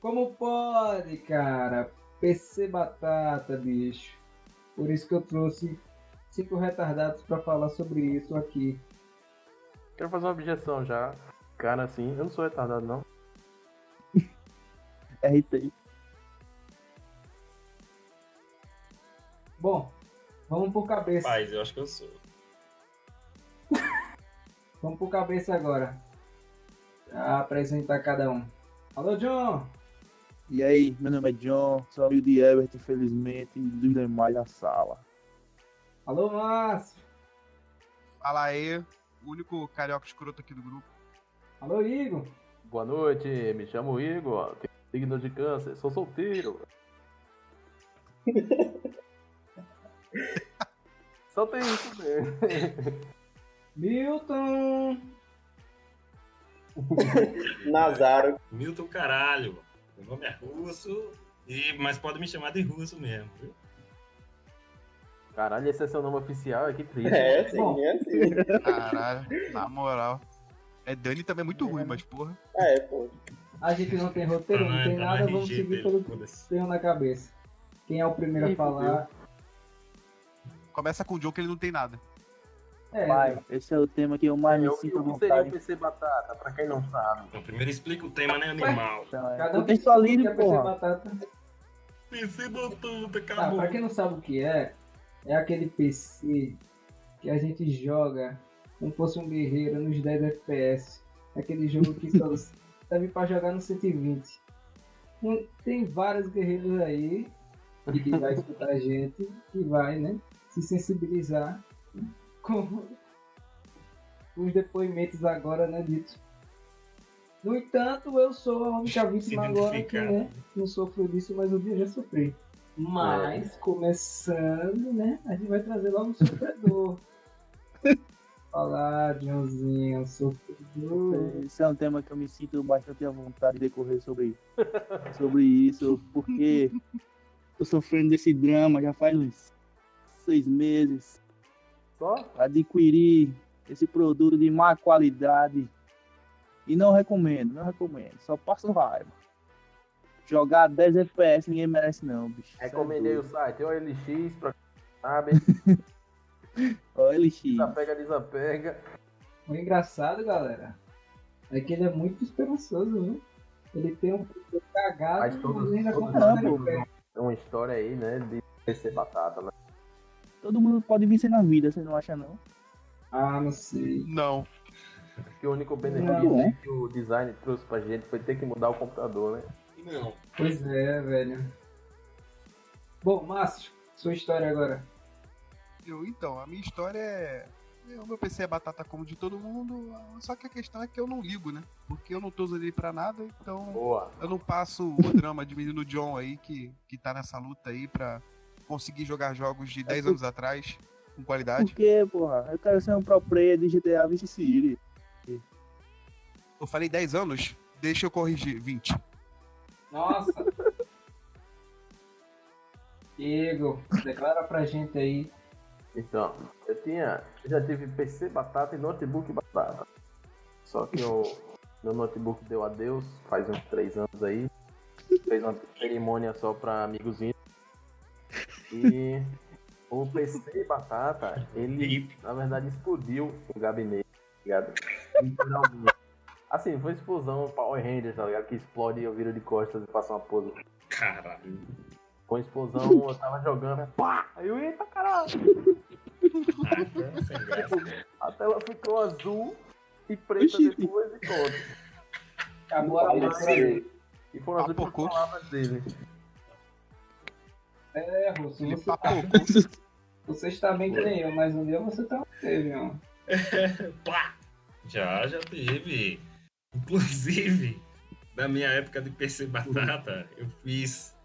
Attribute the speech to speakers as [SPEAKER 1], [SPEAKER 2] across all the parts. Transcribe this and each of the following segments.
[SPEAKER 1] Como pode, cara? PC batata, bicho. Por isso que eu trouxe cinco retardados pra falar sobre isso aqui.
[SPEAKER 2] Quero fazer uma objeção já. Cara, assim, eu não sou retardado, não.
[SPEAKER 3] RT.
[SPEAKER 1] Bom, vamos por cabeça.
[SPEAKER 4] Rapaz, eu acho que eu sou.
[SPEAKER 1] Vamos por cabeça agora. Pra apresentar cada um. Alô, John!
[SPEAKER 3] E aí, meu nome é John, sou amigo de Everton, felizmente, e dos demais da sala.
[SPEAKER 1] Alô, Márcio!
[SPEAKER 5] Fala aí, o único carioca escroto aqui do grupo.
[SPEAKER 1] Alô, Igor!
[SPEAKER 2] Boa noite, me chamo Igor, tenho signo de câncer, sou solteiro. Só tem isso mesmo.
[SPEAKER 1] Milton!
[SPEAKER 6] Nazaro.
[SPEAKER 4] Milton Caralho. Meu nome é russo, e... mas pode me chamar de russo mesmo, viu?
[SPEAKER 2] Caralho, esse é seu nome oficial, é que triste.
[SPEAKER 6] É, sim,
[SPEAKER 1] Bom.
[SPEAKER 6] é assim.
[SPEAKER 5] Caralho, na moral. É, Dani também é muito ruim, mas porra.
[SPEAKER 6] É, pô.
[SPEAKER 1] A gente não tem roteiro, não tem nada, vamos
[SPEAKER 4] RG
[SPEAKER 1] seguir
[SPEAKER 4] Tá dele,
[SPEAKER 1] pelo que
[SPEAKER 4] foda-se.
[SPEAKER 1] tenho na cabeça. Quem é o primeiro a
[SPEAKER 2] Ih,
[SPEAKER 1] falar?
[SPEAKER 5] Começa com o Joe que ele não tem nada.
[SPEAKER 1] É,
[SPEAKER 3] Pai, esse é o tema que eu mais me
[SPEAKER 2] Eu,
[SPEAKER 3] sinto à
[SPEAKER 2] eu seria o
[SPEAKER 3] vontade.
[SPEAKER 2] PC Batata, pra quem não sabe.
[SPEAKER 4] Então, primeiro explica o tema, né, animal?
[SPEAKER 3] Então, é
[SPEAKER 1] cada um
[SPEAKER 3] contextualismo,
[SPEAKER 1] que é PC
[SPEAKER 3] porra.
[SPEAKER 1] batata.
[SPEAKER 4] PC Batata,
[SPEAKER 1] Tá,
[SPEAKER 4] acabou.
[SPEAKER 1] pra quem não sabe o que é, é aquele PC que a gente joga como fosse um guerreiro nos 10 FPS. É Aquele jogo que só serve pra jogar no 120. Hum, Tem vários guerreiros aí e que vai escutar a gente que vai, né, se sensibilizar com os depoimentos agora, né, ditos. No entanto, eu sou a única vítima agora que,
[SPEAKER 4] identificar.
[SPEAKER 1] né, não sofro disso, mas um dia já sofri. Mas, começando, né, a gente vai trazer logo um sofredor. Olá, Joãozinho, sofredor.
[SPEAKER 3] Esse é um tema que eu me sinto bastante à vontade de decorrer sobre, sobre isso, porque tô sofrendo desse drama já faz uns seis meses.
[SPEAKER 2] Só?
[SPEAKER 3] adquirir esse produto de má qualidade. E não recomendo, não recomendo. Só passo raiva. Jogar 10 FPS ninguém merece não, bicho. é
[SPEAKER 2] Recomendei o site OLX pra quem não sabe,
[SPEAKER 3] o LX.
[SPEAKER 2] desapega, desapega.
[SPEAKER 1] O engraçado, galera, é que ele é muito esperançoso, viu? Ele tem um produto cagado,
[SPEAKER 2] Faz todos-
[SPEAKER 1] mas ainda
[SPEAKER 2] todos
[SPEAKER 1] consegue
[SPEAKER 3] os
[SPEAKER 1] pegar.
[SPEAKER 2] Tem É uma história aí, né, de PC Batata, né?
[SPEAKER 3] Todo mundo pode vir na vida, você não acha não?
[SPEAKER 1] Ah, não sei.
[SPEAKER 5] Não.
[SPEAKER 2] Que o único benefício
[SPEAKER 3] Não, é.
[SPEAKER 2] que o design trouxe pra gente foi ter que mudar o computador, né?
[SPEAKER 4] Não.
[SPEAKER 1] Pois é, velho. Bom, Márcio, sua história agora.
[SPEAKER 5] Eu, então, a minha história é. O meu PC é batata como de todo mundo, só que a questão é que eu não ligo, né? Porque eu não tô usando ele pra nada, então.
[SPEAKER 2] Boa.
[SPEAKER 5] Eu não passo o drama de menino John aí que, que tá nessa luta aí pra conseguir jogar jogos de 10 anos atrás com
[SPEAKER 3] Por
[SPEAKER 5] qualidade.
[SPEAKER 3] quê, porra? Eu quero ser um pro player de GTA Vice City.
[SPEAKER 5] Eu falei 10 anos? Deixa eu corrigir, 20.
[SPEAKER 1] Nossa! Diego, declara pra gente aí.
[SPEAKER 2] Então, eu tinha. Eu já tive PC batata e notebook batata. Só que o meu notebook deu adeus faz uns três anos aí. Fez uma cerimônia só pra amigos íntimos. E o PC batata, ele na verdade explodiu o gabinete, tá ligado? Literalmente. Assim, foi explosão Power Rangers, tá ligado? Que explode e eu viro de costas e faço uma pose.
[SPEAKER 4] Caralho.
[SPEAKER 2] Com explosão, eu tava jogando, pá! Aí eu, eita caralho!
[SPEAKER 4] Ah, sem graça.
[SPEAKER 2] A tela ficou azul e preta
[SPEAKER 3] Oxi.
[SPEAKER 2] depois e todo.
[SPEAKER 1] Acabou a vida
[SPEAKER 2] Nossa.
[SPEAKER 1] pra ele.
[SPEAKER 2] E foram as
[SPEAKER 5] Papo
[SPEAKER 2] últimas
[SPEAKER 5] curto.
[SPEAKER 2] palavras dele.
[SPEAKER 1] É, Russo,
[SPEAKER 5] Ele
[SPEAKER 1] você,
[SPEAKER 5] papocou.
[SPEAKER 1] você está bem que nem eu, mas um dia você tá você, viu?
[SPEAKER 4] Pá! Já, já teve. Inclusive, na minha época de PC Batata, eu fiz.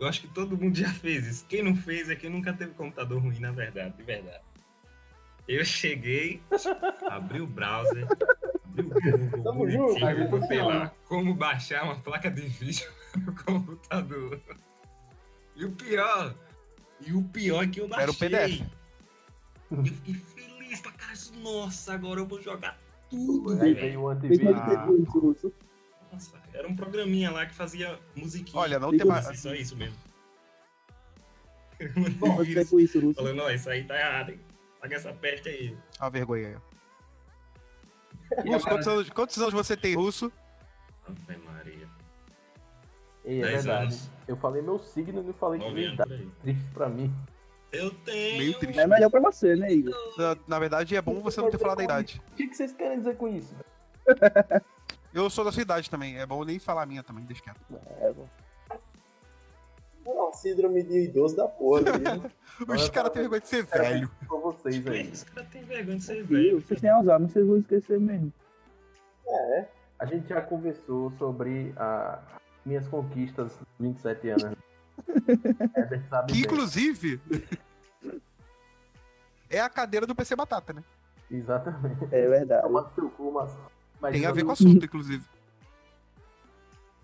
[SPEAKER 4] Eu acho que todo mundo já fez isso. Quem não fez é quem nunca teve computador ruim, na verdade, de verdade. Eu cheguei, abri o browser, abri o Google,
[SPEAKER 6] Tamo
[SPEAKER 4] bonitinho,
[SPEAKER 6] junto,
[SPEAKER 1] mas não
[SPEAKER 4] botei
[SPEAKER 1] funciona.
[SPEAKER 4] lá como baixar uma placa de vídeo no computador. E o pior, e o pior é que eu baixei.
[SPEAKER 5] Era o PDF.
[SPEAKER 4] Eu fiquei feliz pra caralho. Nossa, agora eu vou jogar tudo,
[SPEAKER 2] Aí
[SPEAKER 4] velho.
[SPEAKER 2] veio o
[SPEAKER 3] Mesmo
[SPEAKER 2] antivírus.
[SPEAKER 5] Ah.
[SPEAKER 3] que teve um curso.
[SPEAKER 4] Nossa, era um programinha lá que fazia musiquinha.
[SPEAKER 5] Olha, não tem mais.
[SPEAKER 4] Assim, só isso mesmo.
[SPEAKER 3] Bom,
[SPEAKER 4] Bom,
[SPEAKER 3] eu com isso, Lúcio.
[SPEAKER 4] falando, ó, isso aí tá errado, hein? Paga essa peste aí.
[SPEAKER 5] A vergonha aí. Russo, quantos anos, quantos anos você tem, Russo?
[SPEAKER 4] Ave Maria.
[SPEAKER 2] Ei, é
[SPEAKER 4] Dez
[SPEAKER 2] verdade.
[SPEAKER 4] anos.
[SPEAKER 2] Eu falei meu signo e não falei que
[SPEAKER 4] Nove
[SPEAKER 2] me
[SPEAKER 4] anos
[SPEAKER 2] dá
[SPEAKER 4] por aí.
[SPEAKER 2] triste pra mim.
[SPEAKER 4] Eu tenho.
[SPEAKER 5] Meio triste.
[SPEAKER 3] É melhor pra você, né, Igor?
[SPEAKER 5] Na, na verdade, é bom você não ter falado a idade.
[SPEAKER 2] O que que vocês querem dizer com isso?
[SPEAKER 5] Eu sou da sua idade também. É bom nem falar a minha também, deixa quieto.
[SPEAKER 3] É, bom.
[SPEAKER 6] Não, É síndrome de idoso da porra. né? viu?
[SPEAKER 5] Os caras têm vergonha de
[SPEAKER 2] É,
[SPEAKER 5] ser velho.
[SPEAKER 2] Com vocês aí.
[SPEAKER 4] Os caras têm vergonha de ser velho.
[SPEAKER 3] Vocês têm azar, mas vocês vão esquecer mesmo.
[SPEAKER 6] é,
[SPEAKER 2] A gente já conversou sobre a... minhas conquistas dos 27 anos. Herbert sabe
[SPEAKER 5] Que,
[SPEAKER 2] bem.
[SPEAKER 5] inclusive, é a cadeira do PC Batata, né?
[SPEAKER 2] Exatamente.
[SPEAKER 3] É verdade.
[SPEAKER 2] Toma seu cu, mas... mas
[SPEAKER 5] Tem a
[SPEAKER 2] eu
[SPEAKER 5] ver
[SPEAKER 2] não-
[SPEAKER 5] com o assunto, inclusive.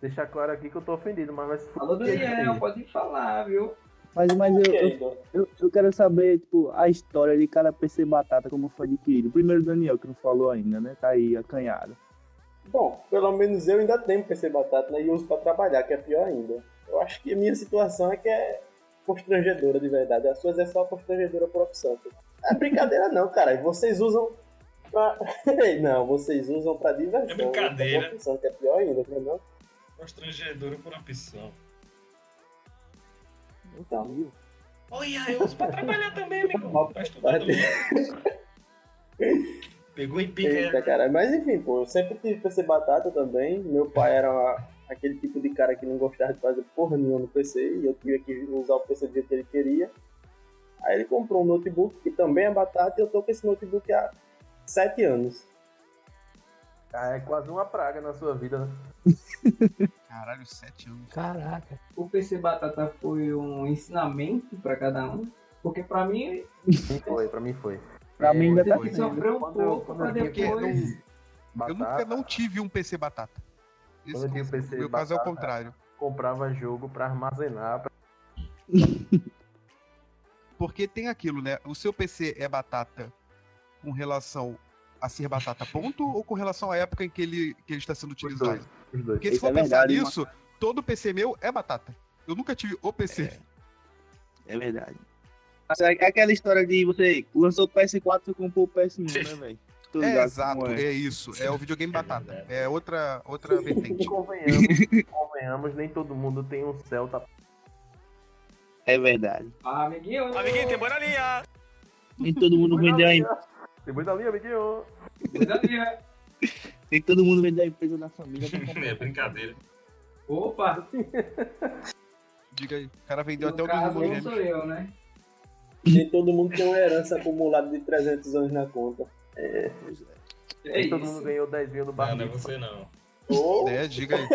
[SPEAKER 2] Deixar claro aqui que eu tô ofendido, mas vai se
[SPEAKER 1] Alô,
[SPEAKER 2] fuder
[SPEAKER 1] Daniel,
[SPEAKER 2] aí.
[SPEAKER 1] pode falar, viu?
[SPEAKER 3] Mas, mas eu, eu,
[SPEAKER 6] querido.
[SPEAKER 3] eu, eu quero saber, tipo, a história de cada PC Batata, como foi adquirido. Primeiro o Daniel, que não falou ainda, né? Tá aí, acanhado.
[SPEAKER 6] Bom, pelo menos eu ainda tenho PC Batata né, e uso pra trabalhar, que é pior ainda. Eu acho que a minha situação é que é constrangedora de verdade. As suas é só constrangedora por opção. É brincadeira não, cara. Vocês usam pra... Ei, não, vocês usam pra diversão.
[SPEAKER 4] É brincadeira.
[SPEAKER 6] né, por opção, que é pior ainda, não é não?
[SPEAKER 4] Constrangedora por opção.
[SPEAKER 6] Então,
[SPEAKER 4] Olha, eu uso pra trabalhar também, amigo.
[SPEAKER 6] Mal
[SPEAKER 4] Pra estudar
[SPEAKER 6] trabalho.
[SPEAKER 4] também. Pegou e
[SPEAKER 6] eita,
[SPEAKER 4] pica.
[SPEAKER 6] cara. Mas enfim, pô, eu sempre tive PC Batata também. Meu pai era uma- aquele tipo de cara que não gostava de fazer porra nenhuma no PC e eu tinha que usar o PC do jeito que ele queria. Aí ele comprou um notebook que também é batata e eu tô com esse notebook há sete anos.
[SPEAKER 2] Ah, é quase uma praga na sua vida, né?
[SPEAKER 5] Caralho, sete anos.
[SPEAKER 7] Caraca.
[SPEAKER 1] O PC Batata foi um ensinamento pra cada um. Porque pra mim,
[SPEAKER 2] Sim, foi, pra mim foi.
[SPEAKER 3] Pra mim ainda tá
[SPEAKER 1] teve
[SPEAKER 5] foi,
[SPEAKER 1] que
[SPEAKER 5] né?
[SPEAKER 1] sofrer um
[SPEAKER 2] Quando eu-
[SPEAKER 1] pouco
[SPEAKER 2] quando
[SPEAKER 1] pra
[SPEAKER 2] eu vi que
[SPEAKER 1] depois.
[SPEAKER 2] Batata,
[SPEAKER 5] Eu nunca não tive um PC Batata. Esse
[SPEAKER 2] Quando eu tinha
[SPEAKER 5] que-
[SPEAKER 2] PC
[SPEAKER 5] meu caso é o
[SPEAKER 2] Batata.
[SPEAKER 5] contrário.
[SPEAKER 2] comprava jogo pra armazenar. pra-
[SPEAKER 5] Porque tem aquilo, né? O seu PC é batata com relação a ser batata ponto ou com relação à época em que ele, que ele está sendo
[SPEAKER 2] Os
[SPEAKER 5] utilizado?
[SPEAKER 2] dois. Os dois.
[SPEAKER 5] Porque se
[SPEAKER 3] Isso
[SPEAKER 5] for
[SPEAKER 3] é
[SPEAKER 5] pensar
[SPEAKER 3] verdade,
[SPEAKER 5] nisso, todo PC meu é batata. Eu nunca tive o É, PC.
[SPEAKER 3] É verdade. Assim, é aquela história de você lançou o PS4 e comprou o PS1, né, velho? Tô
[SPEAKER 5] É,
[SPEAKER 3] ligado como
[SPEAKER 5] exato,
[SPEAKER 3] é.
[SPEAKER 5] é. isso. É o videogame
[SPEAKER 4] É
[SPEAKER 5] batata.
[SPEAKER 4] verdade.
[SPEAKER 5] É outra, outra
[SPEAKER 2] E
[SPEAKER 5] vertente.
[SPEAKER 2] convenhamos, convenhamos, nem todo mundo tem um Celta.
[SPEAKER 3] É verdade.
[SPEAKER 1] Ah, Amiguinho!
[SPEAKER 3] Nem todo
[SPEAKER 2] Depois da
[SPEAKER 3] mundo vendeu a, em-
[SPEAKER 2] linha. Depois da linha, amiguinho.
[SPEAKER 1] Bom dia.
[SPEAKER 3] nem todo mundo vendeu a empresa da família. pra comprar.
[SPEAKER 4] É brincadeira.
[SPEAKER 1] Opa!
[SPEAKER 5] Diga aí. O cara vendeu
[SPEAKER 1] No
[SPEAKER 5] até o dos
[SPEAKER 1] caso,
[SPEAKER 5] irmãos
[SPEAKER 1] não
[SPEAKER 5] gêmeos.
[SPEAKER 1] sou eu, né?
[SPEAKER 6] E todo mundo tem uma herança acumulada de 300 anos na conta.
[SPEAKER 1] É
[SPEAKER 2] Nem todo mundo
[SPEAKER 1] isso.
[SPEAKER 2] ganhou 10 mil do
[SPEAKER 4] Não, não é
[SPEAKER 2] barulho.
[SPEAKER 4] você não.
[SPEAKER 6] Ou
[SPEAKER 5] É, diga aí.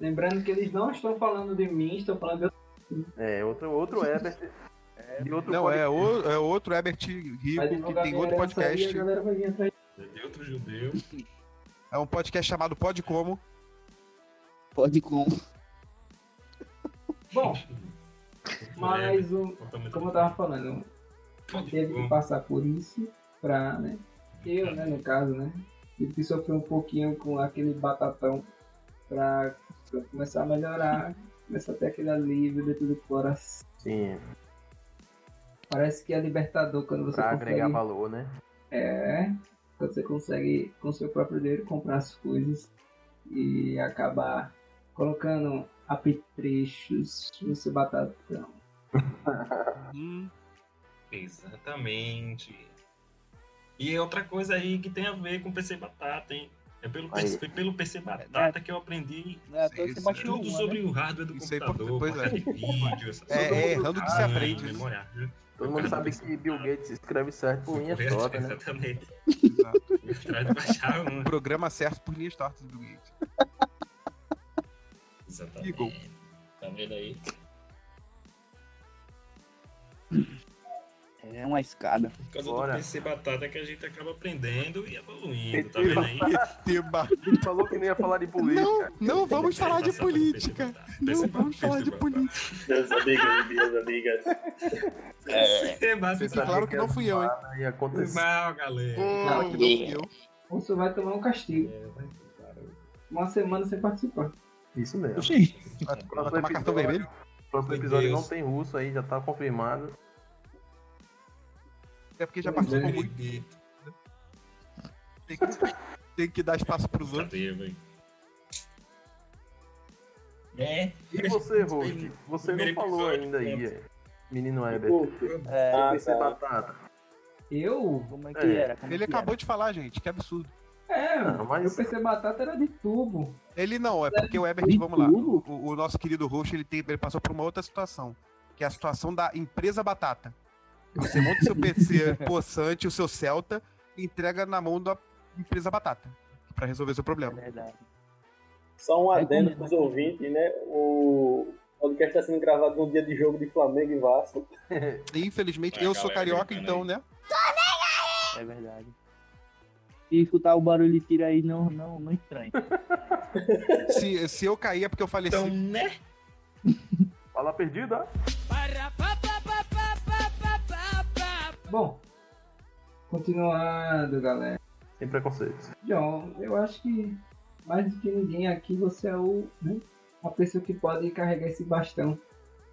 [SPEAKER 1] Lembrando que eles não estão falando de mim, estão falando de
[SPEAKER 2] É, outro, outro Herbert. É, de outro
[SPEAKER 5] Não,
[SPEAKER 2] pod-
[SPEAKER 5] é, o- é outro Herbert
[SPEAKER 1] Vai
[SPEAKER 5] Rico que
[SPEAKER 1] divulgar
[SPEAKER 5] tem
[SPEAKER 1] minha
[SPEAKER 5] outro
[SPEAKER 1] herança é aí, né?
[SPEAKER 5] podcast.
[SPEAKER 1] a galera vai vir atrás.
[SPEAKER 4] De outro judeu.
[SPEAKER 5] É um podcast chamado Pode Como.
[SPEAKER 3] Pode com.
[SPEAKER 1] Bom, mas o, um, como eu tava falando, teve
[SPEAKER 2] Uhum.
[SPEAKER 1] que passar por isso pra, né? Eu, né, no caso, né? Tive que sofrer um pouquinho com aquele batatão pra, pra começar a melhorar, começar a ter aquele alívio dentro do coração.
[SPEAKER 2] Sim,
[SPEAKER 1] Parece que é libertador quando você
[SPEAKER 2] pra
[SPEAKER 1] consegue
[SPEAKER 2] agregar valor, né?
[SPEAKER 1] É, quando você consegue com seu próprio dinheiro comprar as coisas e acabar colocando apetrechos no seu batatão.
[SPEAKER 5] Hum,
[SPEAKER 4] Exatamente. E é outra coisa aí que tem a ver com PC Batata, hein? É pelo,
[SPEAKER 2] Aí.
[SPEAKER 4] PC, foi pelo PC Batata que eu aprendi
[SPEAKER 3] É,
[SPEAKER 5] Isso,
[SPEAKER 3] você
[SPEAKER 5] isso,
[SPEAKER 3] baixou
[SPEAKER 4] tudo
[SPEAKER 3] uma,
[SPEAKER 4] sobre o hardware do
[SPEAKER 5] Isso aí,
[SPEAKER 4] computador,
[SPEAKER 5] pois
[SPEAKER 4] placa
[SPEAKER 5] é.
[SPEAKER 4] de vídeo, essas
[SPEAKER 5] É,
[SPEAKER 4] coisas.
[SPEAKER 5] é, errando que se
[SPEAKER 4] Ah,
[SPEAKER 5] aprende,
[SPEAKER 4] né,
[SPEAKER 5] né?
[SPEAKER 4] memória.
[SPEAKER 2] Todo mundo sabe que Bill Gates escreve certo por linha torta, né?
[SPEAKER 4] Exatamente.
[SPEAKER 5] exato.
[SPEAKER 4] Atrás de baixar um.
[SPEAKER 5] Programa certo por linhas tortas do Gates.
[SPEAKER 4] Exatamente.
[SPEAKER 5] Eagle.
[SPEAKER 4] Tá vendo aí?
[SPEAKER 3] né? É uma escada.
[SPEAKER 4] Por causa
[SPEAKER 2] Bora.
[SPEAKER 4] do PC Batata que a gente acaba aprendendo e evoluindo,
[SPEAKER 2] Ele
[SPEAKER 4] tá vendo aí?
[SPEAKER 5] Tema.
[SPEAKER 2] Ele falou que não ia falar de política.
[SPEAKER 5] Não, não vamos falar de política. Não vamos falar de política.
[SPEAKER 6] meus amigos e minhas amigas.
[SPEAKER 4] É, mas
[SPEAKER 5] Vocês claro que não fui eu, hein?
[SPEAKER 2] Nada né? ia acontecer.
[SPEAKER 4] mal, galera.
[SPEAKER 5] Claro que não fui eu.
[SPEAKER 1] Ou você vai tomar um castigo.
[SPEAKER 4] É, vai pro caralho.
[SPEAKER 1] uma semana sem participar.
[SPEAKER 2] Isso mesmo.
[SPEAKER 3] Oxi,
[SPEAKER 5] Vai, vai
[SPEAKER 2] Próximo
[SPEAKER 5] tomar
[SPEAKER 2] episódio.
[SPEAKER 5] cartão vermelho?
[SPEAKER 1] né?
[SPEAKER 2] O próximo
[SPEAKER 4] Meu
[SPEAKER 2] episódio
[SPEAKER 4] Deus.
[SPEAKER 2] não tem russo aí, já tá confirmado.
[SPEAKER 5] É porque já
[SPEAKER 1] Pois
[SPEAKER 5] participou
[SPEAKER 1] é.
[SPEAKER 5] muito. Tem que, tem que dar espaço pros
[SPEAKER 4] Tá
[SPEAKER 5] outros.
[SPEAKER 4] É,
[SPEAKER 2] E você, Hulk? Você não
[SPEAKER 4] Primeiro
[SPEAKER 2] falou
[SPEAKER 4] episódio,
[SPEAKER 2] ainda aí, é. menino Heber.
[SPEAKER 6] Pô,
[SPEAKER 3] é,
[SPEAKER 6] Ah,
[SPEAKER 2] PC
[SPEAKER 6] tá.
[SPEAKER 2] Batata.
[SPEAKER 1] Eu?
[SPEAKER 3] como é
[SPEAKER 2] É.
[SPEAKER 3] que era? Como
[SPEAKER 5] Ele
[SPEAKER 3] que
[SPEAKER 5] acabou de falar, gente, que absurdo.
[SPEAKER 1] É,
[SPEAKER 2] Não, mas-
[SPEAKER 1] eu pensei batata era de tubo.
[SPEAKER 5] Ele não, é porque o Ebert,
[SPEAKER 3] De
[SPEAKER 5] vamos lá.
[SPEAKER 3] tudo?
[SPEAKER 5] O, o nosso querido Roxo, ele, tem- ele passou por uma outra situação. Que é a situação da empresa batata. Você monta o seu PC possante, o seu Celta, e entrega na mão da empresa batata. Pra resolver seu
[SPEAKER 3] era?
[SPEAKER 5] problema.
[SPEAKER 3] É verdade.
[SPEAKER 6] Só um
[SPEAKER 3] Vai
[SPEAKER 6] adendo
[SPEAKER 3] comer,
[SPEAKER 6] pros
[SPEAKER 3] vai comer.
[SPEAKER 6] ouvintes, né? O podcast tá sendo gravado num dia de jogo de Flamengo e Vasco.
[SPEAKER 5] E, infelizmente,
[SPEAKER 4] Vai,
[SPEAKER 5] eu sou
[SPEAKER 4] galera,
[SPEAKER 5] carioca,
[SPEAKER 4] gritando
[SPEAKER 5] então,
[SPEAKER 4] aí.
[SPEAKER 5] né?
[SPEAKER 3] É verdade. Se escutar o barulho de tiro aí, não, não, não estranho.
[SPEAKER 5] Se, se eu cair é porque eu faleci.
[SPEAKER 4] Então, né?
[SPEAKER 2] Fala perdida.
[SPEAKER 1] Bom, continuando, galera.
[SPEAKER 2] Sem preconceito.
[SPEAKER 1] John, eu acho que mais do que ninguém aqui, você é o, né, a pessoa que pode carregar esse bastão.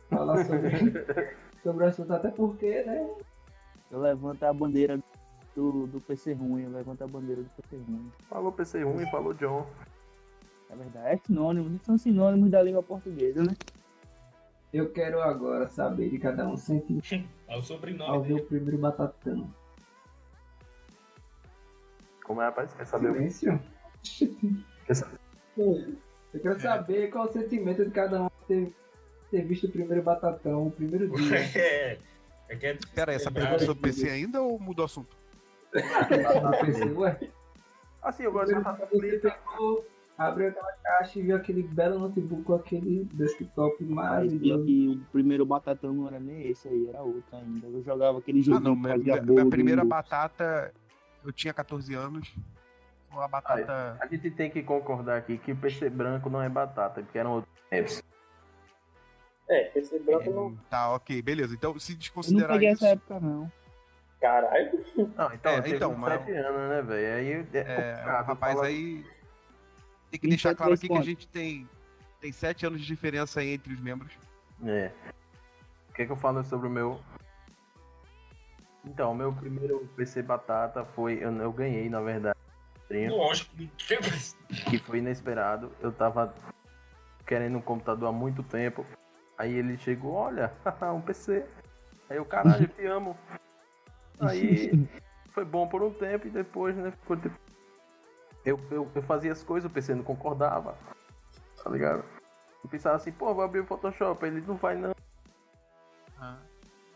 [SPEAKER 1] Falar sobre, sobre o assunto, até porque, né?
[SPEAKER 3] Eu levanto a bandeira do, do PC ruim, eu levanto a bandeira do PC ruim.
[SPEAKER 2] Falou PC ruim, falou John.
[SPEAKER 3] É verdade. É sinônimo, são sinônimos da língua portuguesa, né?
[SPEAKER 1] Eu quero agora saber de cada um sentir
[SPEAKER 4] Olha é o sobrenome né?
[SPEAKER 1] ao ver
[SPEAKER 4] dele.
[SPEAKER 1] o primeiro batatão.
[SPEAKER 2] Como é, rapaz? Quer saber o que?
[SPEAKER 1] Silêncio?
[SPEAKER 2] Quer saber?
[SPEAKER 1] Eu quero
[SPEAKER 4] É.
[SPEAKER 1] saber qual o sentimento de cada um ter, ter visto o primeiro batatão, o primeiro dia.
[SPEAKER 4] É, é que é
[SPEAKER 5] Pera aí, essa
[SPEAKER 4] Ah,
[SPEAKER 5] pergunta é sobre PC ainda ou mudou o assunto?
[SPEAKER 1] Eu pensei, Tá, ué,
[SPEAKER 2] Assim, eu gosto de
[SPEAKER 1] primeiro
[SPEAKER 2] batata
[SPEAKER 1] você
[SPEAKER 2] frita.
[SPEAKER 1] pegou, abriu aquela caixa e viu aquele belo notebook com aquele desktop
[SPEAKER 3] Mas pior
[SPEAKER 1] maravilhoso.
[SPEAKER 3] que o primeiro batatão não era nem esse aí, era outro ainda. Eu jogava aquele jogo.
[SPEAKER 5] Ah, não. Minha, minha- minha primeira batata, eu tinha 14 anos. Foi uma batata.
[SPEAKER 2] A gente tem que concordar aqui que PC branco não é batata, porque eram outros tempos.
[SPEAKER 6] É, PC branco não.
[SPEAKER 5] Hum, Tá, ok, beleza. Então, se
[SPEAKER 3] Eu não
[SPEAKER 5] desconsiderar
[SPEAKER 3] peguei
[SPEAKER 5] isso.
[SPEAKER 3] essa época, não.
[SPEAKER 6] Caralho.
[SPEAKER 2] Não, então,
[SPEAKER 5] É,
[SPEAKER 2] eu
[SPEAKER 5] então,
[SPEAKER 2] então,
[SPEAKER 5] mas-
[SPEAKER 2] 7 anos, né, velho? Aí é,
[SPEAKER 5] É,
[SPEAKER 2] complicado
[SPEAKER 5] o rapaz
[SPEAKER 2] falar-
[SPEAKER 5] aí. Tem que
[SPEAKER 3] 27
[SPEAKER 5] deixar claro aqui que a
[SPEAKER 3] pontos.
[SPEAKER 5] gente tem. Tem 7 anos de diferença aí entre os membros.
[SPEAKER 2] É. O que, é que eu falo sobre o meu. Então, o meu primeiro PC batata foi. Eu, eu ganhei, na verdade. stream,
[SPEAKER 4] Lógico, não tem mais.
[SPEAKER 2] Que foi inesperado. Eu tava querendo um computador há muito tempo. Aí ele chegou, olha, um PC. Aí eu, caralho, te amo. Aí foi bom por um tempo e depois, né? Ficou tipo. Eu, eu, eu fazia as coisas, o PC não concordava. Tá ligado? Eu pensava assim, pô, vou abrir o Photoshop. Ele não vai, não.
[SPEAKER 5] Ah.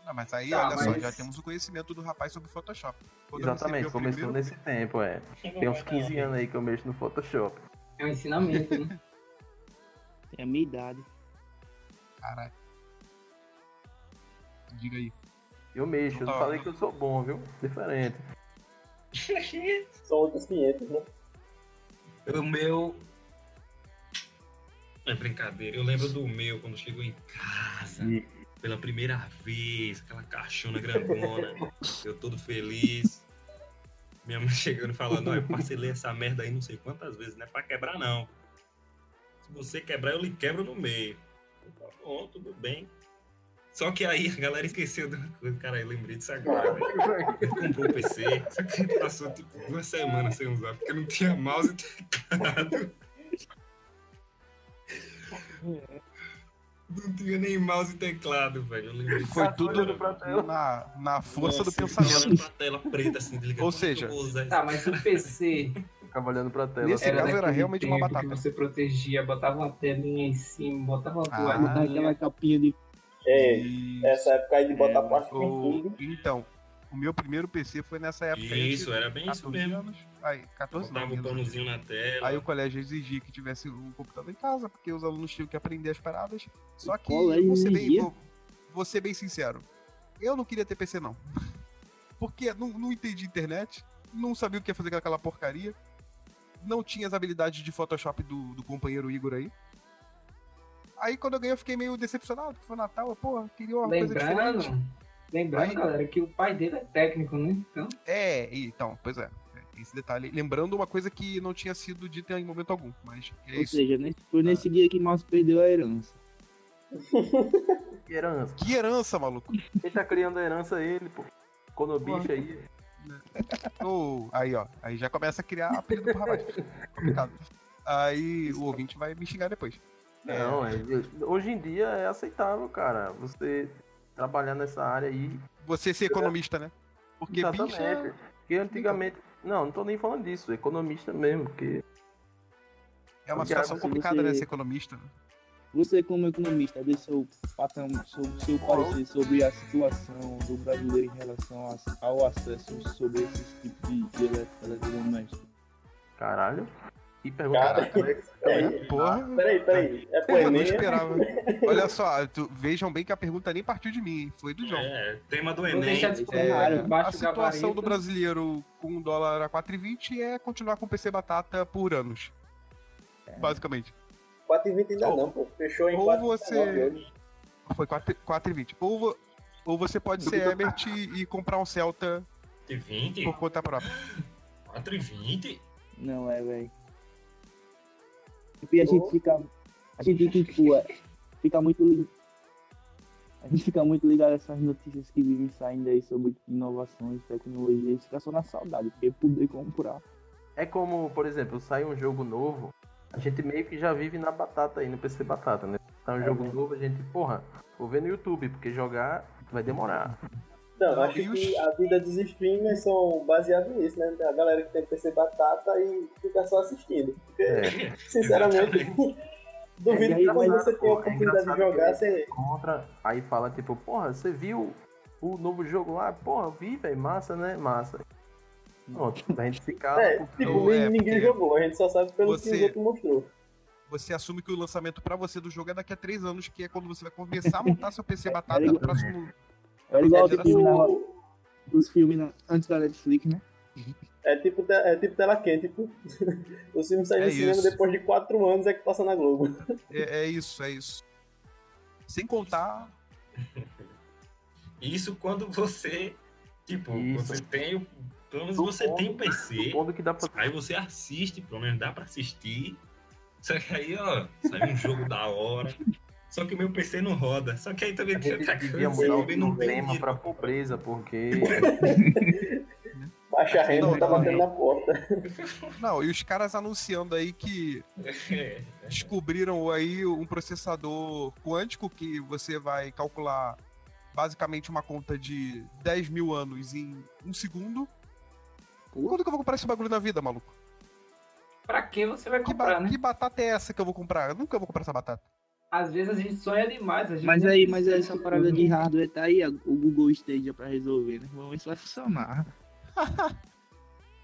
[SPEAKER 5] Não, mas aí,
[SPEAKER 1] Tá,
[SPEAKER 5] olha só,
[SPEAKER 1] mas-
[SPEAKER 5] já temos o conhecimento do rapaz sobre o Photoshop. Quando eu recebi
[SPEAKER 2] Exatamente,
[SPEAKER 5] o
[SPEAKER 2] começou
[SPEAKER 5] primeiro-
[SPEAKER 2] nesse tempo, é. Tem uns 15 anos aí que eu mexo no Photoshop.
[SPEAKER 1] É um ensinamento, hein?
[SPEAKER 3] É a minha idade.
[SPEAKER 5] Caralho. Diga aí.
[SPEAKER 2] Eu mexo, eu não
[SPEAKER 5] Tá.
[SPEAKER 2] falei que eu sou bom, viu? Diferente.
[SPEAKER 6] São outros 500, né?
[SPEAKER 4] O meu. É brincadeira, eu lembro do meu quando chegou em casa
[SPEAKER 2] E-
[SPEAKER 4] pela primeira vez, aquela caixona grandona, eu todo feliz. Minha mãe chegando e falando, "Ó, eu parcelei essa merda aí não sei quantas vezes, não é pra quebrar não. Se você quebrar, eu lhe quebro no meio. Eu, Tá bom, tudo bem. Só que aí a galera esqueceu de uma coisa, cara, eu lembrei disso agora, velho. Ele comprou um PC, só que ele passou tipo duas semanas sem usar, porque não tinha mouse e teclado.
[SPEAKER 2] É.
[SPEAKER 4] Não tinha nem mouse e teclado, velho. Eu lembro disso
[SPEAKER 5] Foi
[SPEAKER 2] Tá
[SPEAKER 5] tudo
[SPEAKER 2] doido pra tela.
[SPEAKER 5] na, na força do
[SPEAKER 4] Nossa, eu
[SPEAKER 5] pensamento.
[SPEAKER 4] olhando pra tela preta, assim, desligando.
[SPEAKER 5] Ou seja,
[SPEAKER 1] Tá, mas o PC
[SPEAKER 2] Ficava olhando pra tela.
[SPEAKER 5] Nesse
[SPEAKER 2] assim,
[SPEAKER 5] caso era
[SPEAKER 1] daquele
[SPEAKER 5] realmente uma
[SPEAKER 1] tempo
[SPEAKER 5] batata.
[SPEAKER 1] Que você protegia, botava uma telinha em cima, botava uma
[SPEAKER 5] Ah,
[SPEAKER 3] Botar
[SPEAKER 1] toalhinha.
[SPEAKER 3] aquela capinha de.
[SPEAKER 6] É,
[SPEAKER 5] E-
[SPEAKER 6] essa época aí de botar
[SPEAKER 5] É,
[SPEAKER 6] parte
[SPEAKER 5] o-
[SPEAKER 6] em tudo.
[SPEAKER 5] Então, o meu primeiro PC foi nessa época. aí, eu
[SPEAKER 4] Isso,
[SPEAKER 2] assim,
[SPEAKER 5] tinha
[SPEAKER 2] tá
[SPEAKER 4] era bem isso
[SPEAKER 5] 14
[SPEAKER 4] mesmo.
[SPEAKER 5] Anos, aí, 14 não,
[SPEAKER 4] Botava o
[SPEAKER 2] né?
[SPEAKER 5] menos.
[SPEAKER 4] panozinho na tela.
[SPEAKER 5] Aí o colégio exigia que tivesse um computador em casa, porque os alunos tinham que aprender as paradas. Só que,
[SPEAKER 3] colégio
[SPEAKER 5] vou ser, bem,
[SPEAKER 3] exigia?
[SPEAKER 5] vou, vou ser bem sincero, eu não queria ter PC não. Porque não, não entendi internet, não sabia o que ia fazer com aquela porcaria, não tinha as habilidades de Photoshop do, do companheiro Igor aí. Aí quando eu ganhei eu fiquei meio decepcionado, porque foi Natal, eu, porra, queria uma coisa diferente.
[SPEAKER 1] Lembrando, lembrando
[SPEAKER 5] Aí-
[SPEAKER 1] galera, que o pai dele é técnico, né? Então,
[SPEAKER 5] É, então, pois é. Tem esse detalhe. Lembrando uma coisa que não tinha sido dita em momento algum, mas é
[SPEAKER 3] Ou
[SPEAKER 5] isso.
[SPEAKER 3] seja, nesse- foi nesse dia que Mouse perdeu a herança.
[SPEAKER 2] Que herança.
[SPEAKER 5] Que herança, maluco.
[SPEAKER 2] Quem tá criando a herança é ele, pô. Quando o bicho aí.
[SPEAKER 5] Ô, aí, ó. Aí já começa a criar apelido pro rapaz. Complicado. Aí o ouvinte vai me xingar depois.
[SPEAKER 2] Não, é- hoje em dia é aceitável, cara. Você trabalhar nessa área aí.
[SPEAKER 5] Você ser economista, né? Porque bicho é-
[SPEAKER 2] Porque antigamente. Não, não tô nem falando disso. Economista mesmo, que.
[SPEAKER 5] é uma
[SPEAKER 2] Porque
[SPEAKER 5] situação
[SPEAKER 2] se
[SPEAKER 5] complicada, né?
[SPEAKER 3] você-
[SPEAKER 5] Ser economista.
[SPEAKER 3] Você, como economista, dê seu, patam, seu, seu parecer sobre a situação do brasileiro em relação a- ao acesso sobre esse tipo de de ele- eletrodoméstico.
[SPEAKER 2] Caralho. E
[SPEAKER 6] Cara,
[SPEAKER 2] perguntar.
[SPEAKER 5] É.
[SPEAKER 6] peraí,
[SPEAKER 5] Né? Porra.
[SPEAKER 6] peraí, peraí. É pro
[SPEAKER 5] Eu não
[SPEAKER 6] Enem, é?
[SPEAKER 5] esperava. Olha só, tu- vejam bem que a pergunta nem partiu de mim, hein? foi do João.
[SPEAKER 4] É, tema do
[SPEAKER 1] Vou
[SPEAKER 4] Enem.
[SPEAKER 1] deixar
[SPEAKER 5] É,
[SPEAKER 1] disponível.
[SPEAKER 5] a
[SPEAKER 1] Baixo
[SPEAKER 5] situação
[SPEAKER 1] gabarito.
[SPEAKER 5] do brasileiro com o dólar a 4,20 é continuar com o PC Batata por anos. Basicamente.
[SPEAKER 6] 4,20 ainda
[SPEAKER 5] Ou-
[SPEAKER 6] não, pô. Fechou em
[SPEAKER 5] ou
[SPEAKER 6] 4,19
[SPEAKER 5] você-
[SPEAKER 6] hoje.
[SPEAKER 5] Foi 4 4,20. Ou, vo- ou você pode ser Ebert e, e comprar um Celta
[SPEAKER 4] 20,
[SPEAKER 5] por conta própria.
[SPEAKER 4] 4 e 20.
[SPEAKER 3] Não é, velho. E a gente fica. A gente, tipo, é, fica muito ligado. A gente fica muito ligado a essas notícias que vivem saindo aí sobre inovações, tecnologia. A gente fica só na saudade, porque poder comprar.
[SPEAKER 2] É como, por exemplo, sai um jogo novo, a gente meio que já vive na batata aí, no PC Batata, né? Sai um jogo novo, a gente, porra, vou ver no YouTube, porque jogar vai demorar.
[SPEAKER 6] Não,
[SPEAKER 5] Não,
[SPEAKER 6] acho
[SPEAKER 5] e os-
[SPEAKER 6] que a vida dos streamers são baseadas nisso, né? A galera que tem PC batata e fica só assistindo. Porque,
[SPEAKER 2] É.
[SPEAKER 6] sinceramente, duvido
[SPEAKER 3] É,
[SPEAKER 6] que
[SPEAKER 3] é
[SPEAKER 6] quando
[SPEAKER 2] engraçado,
[SPEAKER 6] você tem a
[SPEAKER 2] pô, é
[SPEAKER 6] oportunidade de
[SPEAKER 2] engraçado
[SPEAKER 6] jogar,
[SPEAKER 2] que-
[SPEAKER 6] você. é,
[SPEAKER 2] Contra, aí fala tipo, porra, você viu o novo jogo lá? Porra, vi, velho, massa, né? Massa. Pronto, a gente se cala.
[SPEAKER 6] É,
[SPEAKER 2] porque-
[SPEAKER 6] tipo,
[SPEAKER 5] Ou é,
[SPEAKER 6] ninguém
[SPEAKER 5] porque-
[SPEAKER 6] jogou, a gente só sabe pelo que
[SPEAKER 5] Você-
[SPEAKER 6] o outro mostrou.
[SPEAKER 5] Você assume que o lançamento pra você do jogo é daqui a 3 anos, que é quando você vai começar a montar seu PC Batata no próximo.
[SPEAKER 3] Era igual
[SPEAKER 5] Era
[SPEAKER 3] tipo, na-
[SPEAKER 6] O-
[SPEAKER 3] os filmes na- antes da Netflix, né?
[SPEAKER 6] É tipo, te- é tipo tela quente, tipo. o filme sai
[SPEAKER 5] É
[SPEAKER 6] do cinema
[SPEAKER 5] isso.
[SPEAKER 6] depois de 4 anos é que passa na Globo.
[SPEAKER 5] É, é isso, é isso. Sem contar.
[SPEAKER 4] Isso quando você, tipo,
[SPEAKER 2] Isso.
[SPEAKER 4] você tem, o- pelo menos
[SPEAKER 2] Do
[SPEAKER 4] você tem o
[SPEAKER 2] ponto-
[SPEAKER 4] PC,
[SPEAKER 2] Quando que dá pra.
[SPEAKER 4] aí você assiste, pelo menos dá pra assistir. Só que aí, ó, sai um jogo da hora. Só que o meu PC não roda. Só que aí também
[SPEAKER 2] A
[SPEAKER 4] tem
[SPEAKER 2] gente
[SPEAKER 4] outra
[SPEAKER 2] devia
[SPEAKER 4] coisa,
[SPEAKER 2] mudar
[SPEAKER 4] eu também não
[SPEAKER 2] o
[SPEAKER 4] tem
[SPEAKER 2] tema
[SPEAKER 4] dinheiro.
[SPEAKER 2] pra pobreza, porque.
[SPEAKER 6] Baixa a renda
[SPEAKER 5] Não,
[SPEAKER 6] tá
[SPEAKER 5] não,
[SPEAKER 6] batendo na porta.
[SPEAKER 5] Não, e os caras anunciando aí que
[SPEAKER 4] É,
[SPEAKER 5] descobriram aí um processador quântico que você vai calcular basicamente uma conta de 10 mil anos em um segundo. Quando que eu vou comprar esse bagulho na vida, maluco?
[SPEAKER 1] Pra que você vai
[SPEAKER 5] Que, ba-
[SPEAKER 1] comprar, né?
[SPEAKER 5] que batata é essa que eu vou comprar? Eu nunca vou comprar essa batata.
[SPEAKER 1] Às vezes a gente sonha demais. A gente
[SPEAKER 3] Mas
[SPEAKER 1] nem
[SPEAKER 3] aí, mas aí
[SPEAKER 1] precisa
[SPEAKER 3] essa parada de hardware tá aí, a- o Google Stadia pra resolver, né? Vamos ver se vai funcionar.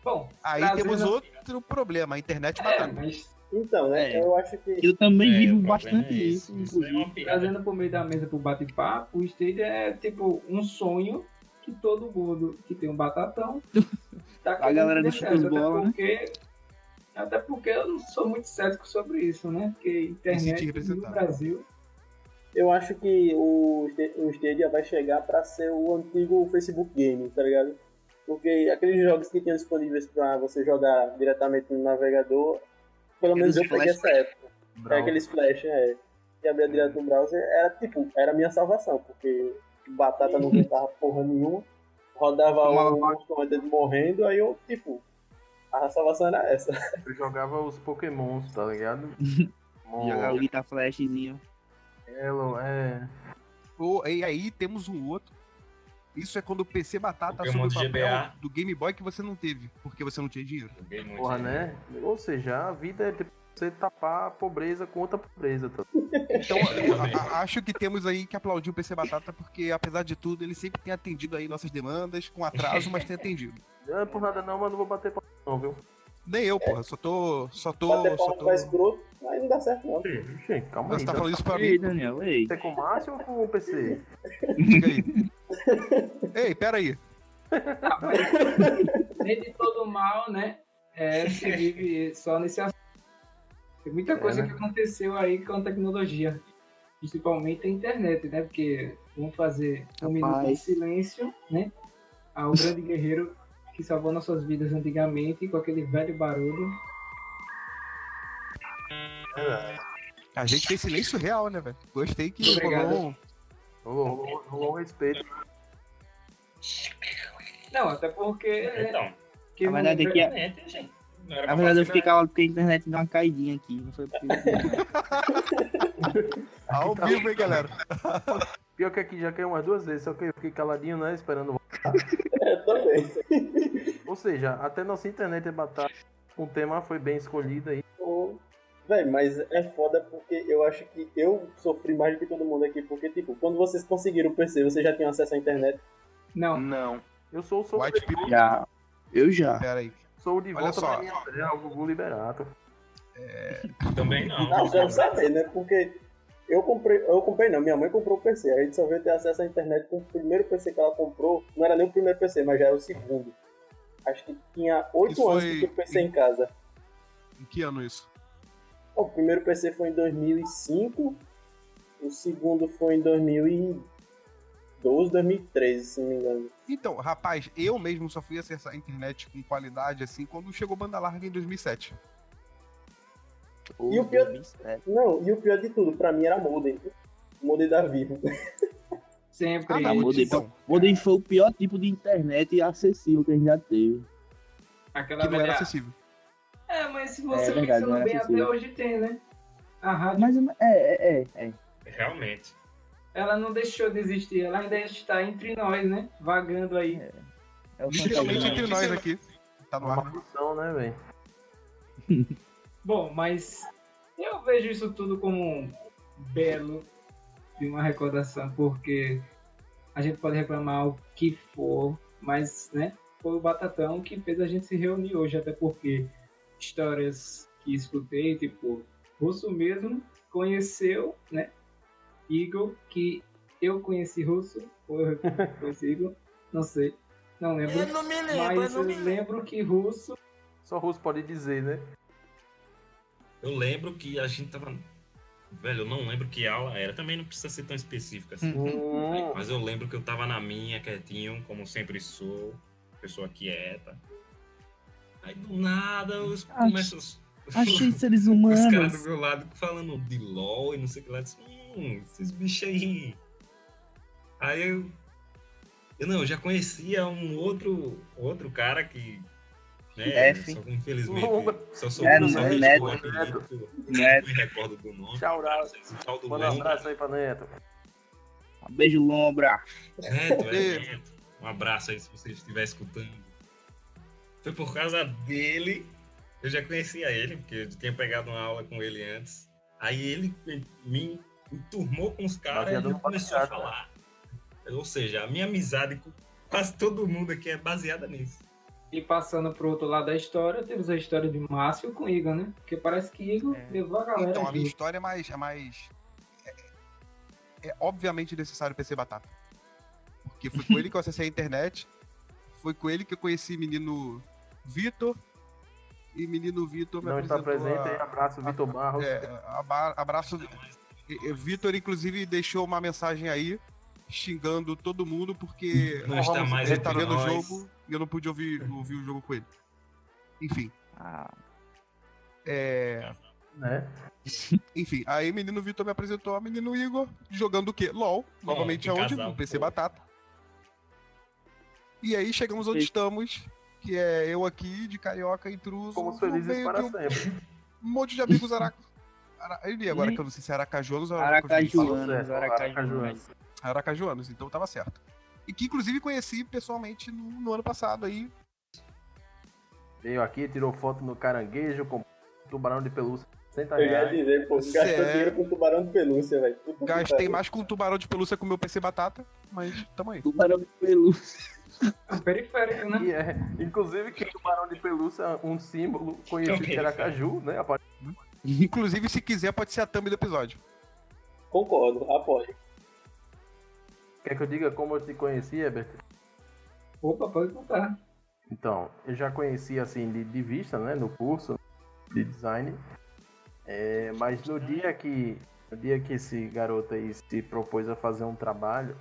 [SPEAKER 1] Bom,
[SPEAKER 5] Aí
[SPEAKER 1] Trazendo-
[SPEAKER 5] temos outro problema, a internet
[SPEAKER 1] né?
[SPEAKER 3] Tá,
[SPEAKER 1] é,
[SPEAKER 5] batata.
[SPEAKER 1] mas
[SPEAKER 6] Então, né?
[SPEAKER 3] É.
[SPEAKER 6] Eu acho que.
[SPEAKER 3] Eu também
[SPEAKER 4] é, o
[SPEAKER 3] vivo
[SPEAKER 4] problema é
[SPEAKER 3] bastante isso,
[SPEAKER 4] esse. Isso é
[SPEAKER 3] inclusive.
[SPEAKER 4] uma piada.
[SPEAKER 1] trazendo pro Tá meio da mesa pro bate-papo, o Stadia é tipo um sonho que todo mundo que tem um batatão tá querendo
[SPEAKER 3] galera do
[SPEAKER 1] ter,
[SPEAKER 3] chute de bola, né?
[SPEAKER 1] porque, Até porque eu não sou muito cético sobre isso, né? Porque
[SPEAKER 5] senti
[SPEAKER 1] internet
[SPEAKER 3] tá.
[SPEAKER 1] no
[SPEAKER 5] representado.
[SPEAKER 1] Brasil
[SPEAKER 6] Eu acho que o, Sta- o Stadia vai chegar pra ser o antigo Facebook Game, tá ligado? Porque aqueles jogos que tinham disponíveis pra você jogar diretamente no navegador, pelo menos eu
[SPEAKER 3] Aqueles
[SPEAKER 6] peguei essa época. É
[SPEAKER 2] Brau.
[SPEAKER 6] aqueles flash, é. Que abria direto no browser, era tipo, era a minha salvação, porque batata não aguentava porra nenhuma, rodava
[SPEAKER 5] Tomava
[SPEAKER 6] um comandante morrendo, aí eu, tipo, a salvação era essa.
[SPEAKER 2] Eu jogava os Pokémons, tá ligado? Pokémon,
[SPEAKER 3] Jogar o Guitar Flashzinho.
[SPEAKER 2] Hello, é.
[SPEAKER 5] Ou- E aí temos um outro. Isso é quando o PC batata
[SPEAKER 4] Pokémon
[SPEAKER 5] assume o
[SPEAKER 4] de
[SPEAKER 5] papel
[SPEAKER 4] GBA.
[SPEAKER 5] do Game Boy que você não teve, porque você não tinha dinheiro.
[SPEAKER 4] Joguei muito.
[SPEAKER 2] Porra, né? Ou seja, a vida é tipo você tapar a pobreza com outra pobreza. Tá?
[SPEAKER 5] Então, eu a- a- acho que temos aí que aplaudir o PC Batata, porque apesar de tudo, ele sempre tem atendido aí nossas demandas, com atraso, mas tem atendido.
[SPEAKER 2] Não é por nada não, mas não vou bater pra não, viu?
[SPEAKER 5] Nem eu, porra, só tô. Só tô.
[SPEAKER 6] Bater
[SPEAKER 5] Só
[SPEAKER 6] palma
[SPEAKER 5] tô...
[SPEAKER 6] pra escroto, mas não dá certo não. né?
[SPEAKER 2] Gente, calma
[SPEAKER 5] Você
[SPEAKER 2] aí.
[SPEAKER 5] tá
[SPEAKER 2] tá?
[SPEAKER 5] falando isso pra
[SPEAKER 3] Ei,
[SPEAKER 5] mim?
[SPEAKER 3] Daniel, ei.
[SPEAKER 2] Você é com o Márcio ou com o PC?
[SPEAKER 5] Diga aí. Ei, pera aí.
[SPEAKER 1] tá, mas nem de todo mal, né? É, se vive só nesse assunto. Tem muita
[SPEAKER 2] É,
[SPEAKER 1] coisa
[SPEAKER 2] né?
[SPEAKER 1] que aconteceu aí com a tecnologia. Principalmente a internet, né? Porque vamos fazer um
[SPEAKER 3] Rapaz.
[SPEAKER 1] minuto de silêncio, né? Ao grande guerreiro que salvou nossas vidas antigamente com aquele velho barulho.
[SPEAKER 5] A gente tem silêncio real, né, velho? Gostei que
[SPEAKER 1] Obrigado.
[SPEAKER 5] rolou um-
[SPEAKER 2] Rolou rolou um respeito.
[SPEAKER 1] Não, até porque. é,
[SPEAKER 4] Então,
[SPEAKER 1] que
[SPEAKER 3] tá. Na
[SPEAKER 1] eu
[SPEAKER 3] verdade,
[SPEAKER 1] lembro-
[SPEAKER 3] aqui é-
[SPEAKER 4] realmente, gente. Não
[SPEAKER 3] Na
[SPEAKER 4] era pra
[SPEAKER 3] verdade, é eu
[SPEAKER 4] fazer
[SPEAKER 3] fiquei calado porque a internet deu uma caidinha aqui. Não foi porque.
[SPEAKER 5] ao vivo, hein, galera?
[SPEAKER 2] Pior que aqui já caiu umas duas vezes, só que eu fiquei caladinho, né? Esperando.
[SPEAKER 6] Eu também.
[SPEAKER 2] Ou seja, até nossa internet é batata. O tema foi bem escolhido aí.
[SPEAKER 6] Pô, Véi, mas é foda porque eu acho que eu sofri mais do que todo mundo aqui, porque, tipo, quando vocês conseguiram o PC, vocês já tinham acesso à internet.
[SPEAKER 3] um
[SPEAKER 1] Não,
[SPEAKER 2] Eu sou o sou,
[SPEAKER 5] White people,
[SPEAKER 3] já. Eu já.
[SPEAKER 5] pera aí.
[SPEAKER 2] sou de
[SPEAKER 5] Olha
[SPEAKER 2] volta
[SPEAKER 5] só.
[SPEAKER 2] pra minha terra, o Gugu Liberato.
[SPEAKER 4] nada. Também não.
[SPEAKER 6] Ah, eu quero saber, né? Porque eu comprei, eu comprei não, minha mãe comprou o PC, a gente só veio ter acesso à internet com o primeiro PC que ela comprou, não era nem o primeiro PC, mas já era o segundo. Acho que tinha
[SPEAKER 5] Isso
[SPEAKER 6] oito anos
[SPEAKER 5] foi-
[SPEAKER 6] que tinha o PC em casa.
[SPEAKER 5] Em que ano isso?
[SPEAKER 6] Bom, o primeiro PC foi em 2005, o segundo foi em 2012, 2013, se não me engano.
[SPEAKER 5] Então, rapaz, eu mesmo só fui acessar a internet com qualidade assim quando chegou banda larga em 2007.
[SPEAKER 6] E o pior- Não, e o pior de tudo, pra mim era modem. Modem da Vivo.
[SPEAKER 1] sempre.
[SPEAKER 5] Ah,
[SPEAKER 3] não,
[SPEAKER 5] não,
[SPEAKER 3] mudei.
[SPEAKER 5] então.
[SPEAKER 3] Modem foi o pior tipo de internet acessível que a gente já teve.
[SPEAKER 1] aquela
[SPEAKER 5] Que não era
[SPEAKER 1] velha.
[SPEAKER 5] acessível.
[SPEAKER 1] É, mas se
[SPEAKER 3] É
[SPEAKER 1] você
[SPEAKER 3] verdade, não
[SPEAKER 1] pensando
[SPEAKER 3] era
[SPEAKER 1] bem, até
[SPEAKER 3] acessível.
[SPEAKER 1] hoje tem, né? A rádio,
[SPEAKER 3] Mas é, é, é. é.
[SPEAKER 4] Realmente.
[SPEAKER 1] ela não deixou de existir, ela ainda está entre nós, né? Vagando aí.
[SPEAKER 3] é o
[SPEAKER 5] Literalmente
[SPEAKER 3] fantasma.
[SPEAKER 5] entre nós aqui. Tá no
[SPEAKER 2] Uma
[SPEAKER 5] ar. né?
[SPEAKER 2] maldição, né, velho?
[SPEAKER 1] Bom, mas eu vejo isso tudo como um belo de uma recordação, porque a gente pode reclamar o que for, mas né, foi o Batatão que fez a gente se reunir hoje, até porque histórias que escutei, tipo, Russo mesmo conheceu, né? Eagle, que eu conheci Russo, ou eu conheci Eagle, não sei, não lembro. mas eu lembro que Russo
[SPEAKER 2] Só russo pode dizer, né?
[SPEAKER 4] Eu lembro que a gente tava. Velho, eu não lembro que aula era. Também não precisa ser tão específico assim.
[SPEAKER 2] Hum,
[SPEAKER 4] Mas eu lembro que eu tava na minha, quietinho, como sempre sou. Pessoa quieta. Aí do nada eu começo. os-
[SPEAKER 3] Achei seres
[SPEAKER 4] Os caras do
[SPEAKER 3] humanos.
[SPEAKER 4] meu lado falando de LOL e não sei o que lá. Eu Disse, hum, esses bichos aí. Aí eu. Eu não, eu já conhecia um outro, outro cara que. Né,
[SPEAKER 3] F.
[SPEAKER 4] só que infelizmente.
[SPEAKER 2] Opa.
[SPEAKER 4] Só sou
[SPEAKER 3] É,
[SPEAKER 4] só
[SPEAKER 3] não é
[SPEAKER 4] vejo
[SPEAKER 3] Neto.
[SPEAKER 4] o apelido,
[SPEAKER 3] Neto.
[SPEAKER 4] não me recordo do nome.
[SPEAKER 2] Tchau, Rafa.
[SPEAKER 4] O tal do
[SPEAKER 2] Manda um
[SPEAKER 4] Lombra.
[SPEAKER 2] abraço aí pra Neto.
[SPEAKER 3] Beijo, lombra.
[SPEAKER 4] Neto, é,
[SPEAKER 5] Ei.
[SPEAKER 4] Neto. Um abraço aí se você estiver escutando. Foi por causa dele. Eu já conhecia ele, porque eu tinha pegado uma aula com ele antes. Aí ele me- me enturmou com os caras
[SPEAKER 2] Baseado
[SPEAKER 4] e
[SPEAKER 2] no
[SPEAKER 4] começou a
[SPEAKER 2] passado, né?
[SPEAKER 4] falar. Ou seja, a minha amizade com quase todo mundo aqui é baseada nisso.
[SPEAKER 1] E passando pro outro lado da história, temos a história de Márcio com Igor, né? Porque parece que Igor
[SPEAKER 3] É.
[SPEAKER 1] levou a galera.
[SPEAKER 5] Então, a minha
[SPEAKER 1] junto.
[SPEAKER 5] história é mais. É, mais é, é obviamente necessário PC Batata. Porque foi com ele que eu acessei a internet. Foi com ele que eu conheci menino Vitor. E menino Vitor me
[SPEAKER 2] Não está
[SPEAKER 5] apresentou
[SPEAKER 2] presente aí.
[SPEAKER 5] a-
[SPEAKER 2] Abraço, Vitor Barros.
[SPEAKER 5] É, aba- abraço. E- e Vitor, inclusive, deixou uma mensagem aí xingando todo mundo porque
[SPEAKER 4] Não está mais
[SPEAKER 5] ele tá
[SPEAKER 4] entre
[SPEAKER 5] vendo o
[SPEAKER 4] é nós.
[SPEAKER 5] jogo e eu não pude ouvir, ouvir o jogo com ele. Enfim,
[SPEAKER 3] Ah,
[SPEAKER 5] é,
[SPEAKER 2] Né?
[SPEAKER 5] enfim, aí o menino Vitor me apresentou a menino Igor jogando o quê? LOL, novamente
[SPEAKER 4] que
[SPEAKER 5] aonde?
[SPEAKER 4] casal,
[SPEAKER 5] No PC
[SPEAKER 4] pô.
[SPEAKER 5] Batata. E aí chegamos onde
[SPEAKER 3] Sim.
[SPEAKER 5] estamos, que é eu aqui de carioca intruso,
[SPEAKER 2] Fomos
[SPEAKER 5] no
[SPEAKER 2] felizes
[SPEAKER 5] meio
[SPEAKER 2] para
[SPEAKER 5] de um
[SPEAKER 2] sempre.
[SPEAKER 5] um monte de amigos araca... Ara... E agora que eu não sei se é aracajuanos ou aracajuanos.
[SPEAKER 3] Aracajuanos, Aracajuanos.
[SPEAKER 5] Aracajuanos, então tava certo. E que inclusive conheci pessoalmente no, no ano passado aí.
[SPEAKER 2] Veio aqui, tirou foto no caranguejo, com tubarão de pelúcia. né? 60
[SPEAKER 6] Eu já ia
[SPEAKER 2] reais.
[SPEAKER 6] tá dizer, pô,
[SPEAKER 5] Cê
[SPEAKER 6] gastou
[SPEAKER 5] é-
[SPEAKER 6] dinheiro com tubarão de pelúcia, velho. Puta que
[SPEAKER 5] Gastei
[SPEAKER 6] pariu.
[SPEAKER 5] mais com um tubarão de pelúcia com o meu PC batata, mas tamo aí.
[SPEAKER 3] tubarão de pelúcia.
[SPEAKER 1] É um periférico, né?
[SPEAKER 2] E é, inclusive que o tubarão de pelúcia é um símbolo conhecido de Aracaju, né? A parte-
[SPEAKER 5] Inclusive, se quiser, pode ser a thumb do episódio.
[SPEAKER 6] Concordo, apoio.
[SPEAKER 2] Quer que eu diga como eu te conheci, Herbert?
[SPEAKER 1] Opa, pode contar.
[SPEAKER 2] Então, eu já conheci assim de, de vista, né, no curso de design. É, mas no dia que no dia que esse garoto aí se propôs a fazer um trabalho,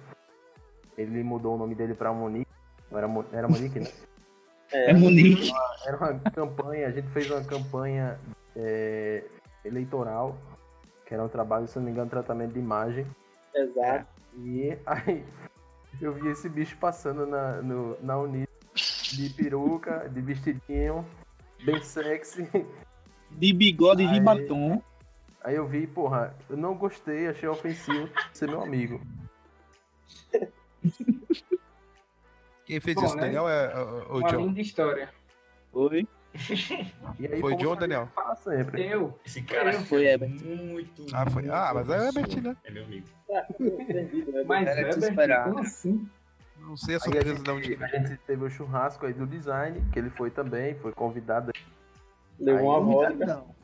[SPEAKER 2] ele mudou o nome dele para Monique. Não Era, Mo- era Monique, né?
[SPEAKER 4] É
[SPEAKER 3] Um
[SPEAKER 4] Monique.
[SPEAKER 2] Era uma campanha, a gente fez uma campanha é, eleitoral, que era um trabalho, se não me engano, tratamento de imagem. É,
[SPEAKER 6] Exato.
[SPEAKER 2] E aí eu vi esse bicho passando na, no, na Unis de peruca, de vestidinho, bem sexy.
[SPEAKER 3] De bigode de
[SPEAKER 2] Aí.
[SPEAKER 3] batom.
[SPEAKER 2] Aí eu vi, porra, eu não gostei, achei ofensivo ser meu amigo.
[SPEAKER 5] Quem fez
[SPEAKER 1] Bom,
[SPEAKER 5] isso,
[SPEAKER 1] né?
[SPEAKER 5] Daniel, é, é, é o
[SPEAKER 1] Uma
[SPEAKER 5] John.
[SPEAKER 1] linda história.
[SPEAKER 3] Oi.
[SPEAKER 2] E aí
[SPEAKER 5] Foi
[SPEAKER 2] fomos
[SPEAKER 5] John ou
[SPEAKER 2] pra
[SPEAKER 5] Daniel?
[SPEAKER 2] para sempre.
[SPEAKER 1] Eu?
[SPEAKER 4] Esse cara
[SPEAKER 3] Foi,
[SPEAKER 4] é
[SPEAKER 3] Herbert.
[SPEAKER 4] muito.
[SPEAKER 5] Ah, foi.
[SPEAKER 4] muito
[SPEAKER 5] Ah, mas é
[SPEAKER 4] professor.
[SPEAKER 5] Herbert, né?
[SPEAKER 4] É meu amigo.
[SPEAKER 6] Entendido, né?
[SPEAKER 1] Mas
[SPEAKER 7] Era de
[SPEAKER 1] Weber,
[SPEAKER 7] esperar,
[SPEAKER 1] como
[SPEAKER 7] né?
[SPEAKER 1] assim?
[SPEAKER 5] Não sei a
[SPEAKER 2] Aí a
[SPEAKER 5] surpresa de onde
[SPEAKER 2] gente, a
[SPEAKER 5] veio.
[SPEAKER 2] gente teve o churrasco aí do design, que ele foi também, foi convidado.
[SPEAKER 6] Deu uma né?
[SPEAKER 2] Aí,
[SPEAKER 7] Convidado
[SPEAKER 6] vodka.
[SPEAKER 7] não.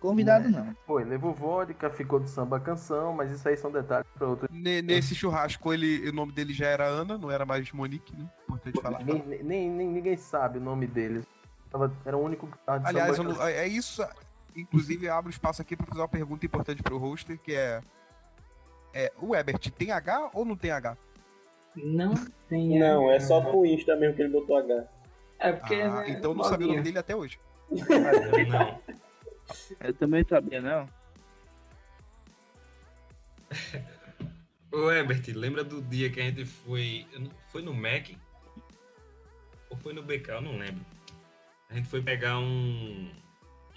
[SPEAKER 7] Convidado
[SPEAKER 3] Né?
[SPEAKER 7] não.
[SPEAKER 2] Foi, levou vodka, ficou do samba canção, mas isso aí são detalhes para outro.
[SPEAKER 5] Ne- Nesse churrasco, ele, o nome dele já era Ana, não era mais Monique, né? Importante falar.
[SPEAKER 2] Nem, nem- nem- ninguém sabe o nome dele. Tava- era o único que tava de
[SPEAKER 5] Aliás, eu
[SPEAKER 2] samba
[SPEAKER 5] não- é isso. Inclusive, eu abro espaço aqui pra fazer uma pergunta importante pro hoster, que é, é. O Ebert tem H ou não tem H?
[SPEAKER 1] Não tem.
[SPEAKER 6] Não, é só pro Insta mesmo que ele botou H.
[SPEAKER 1] É porque.
[SPEAKER 5] Ah,
[SPEAKER 1] né,
[SPEAKER 5] então eu não sabia o nome
[SPEAKER 1] modinha.
[SPEAKER 5] dele até hoje.
[SPEAKER 4] Não.
[SPEAKER 3] Eu também sabia, não.
[SPEAKER 4] Ô, Herbert, lembra do dia que a gente foi. eu não- Foi no Mac? Ou foi no BK? Eu não lembro. A gente foi pegar um.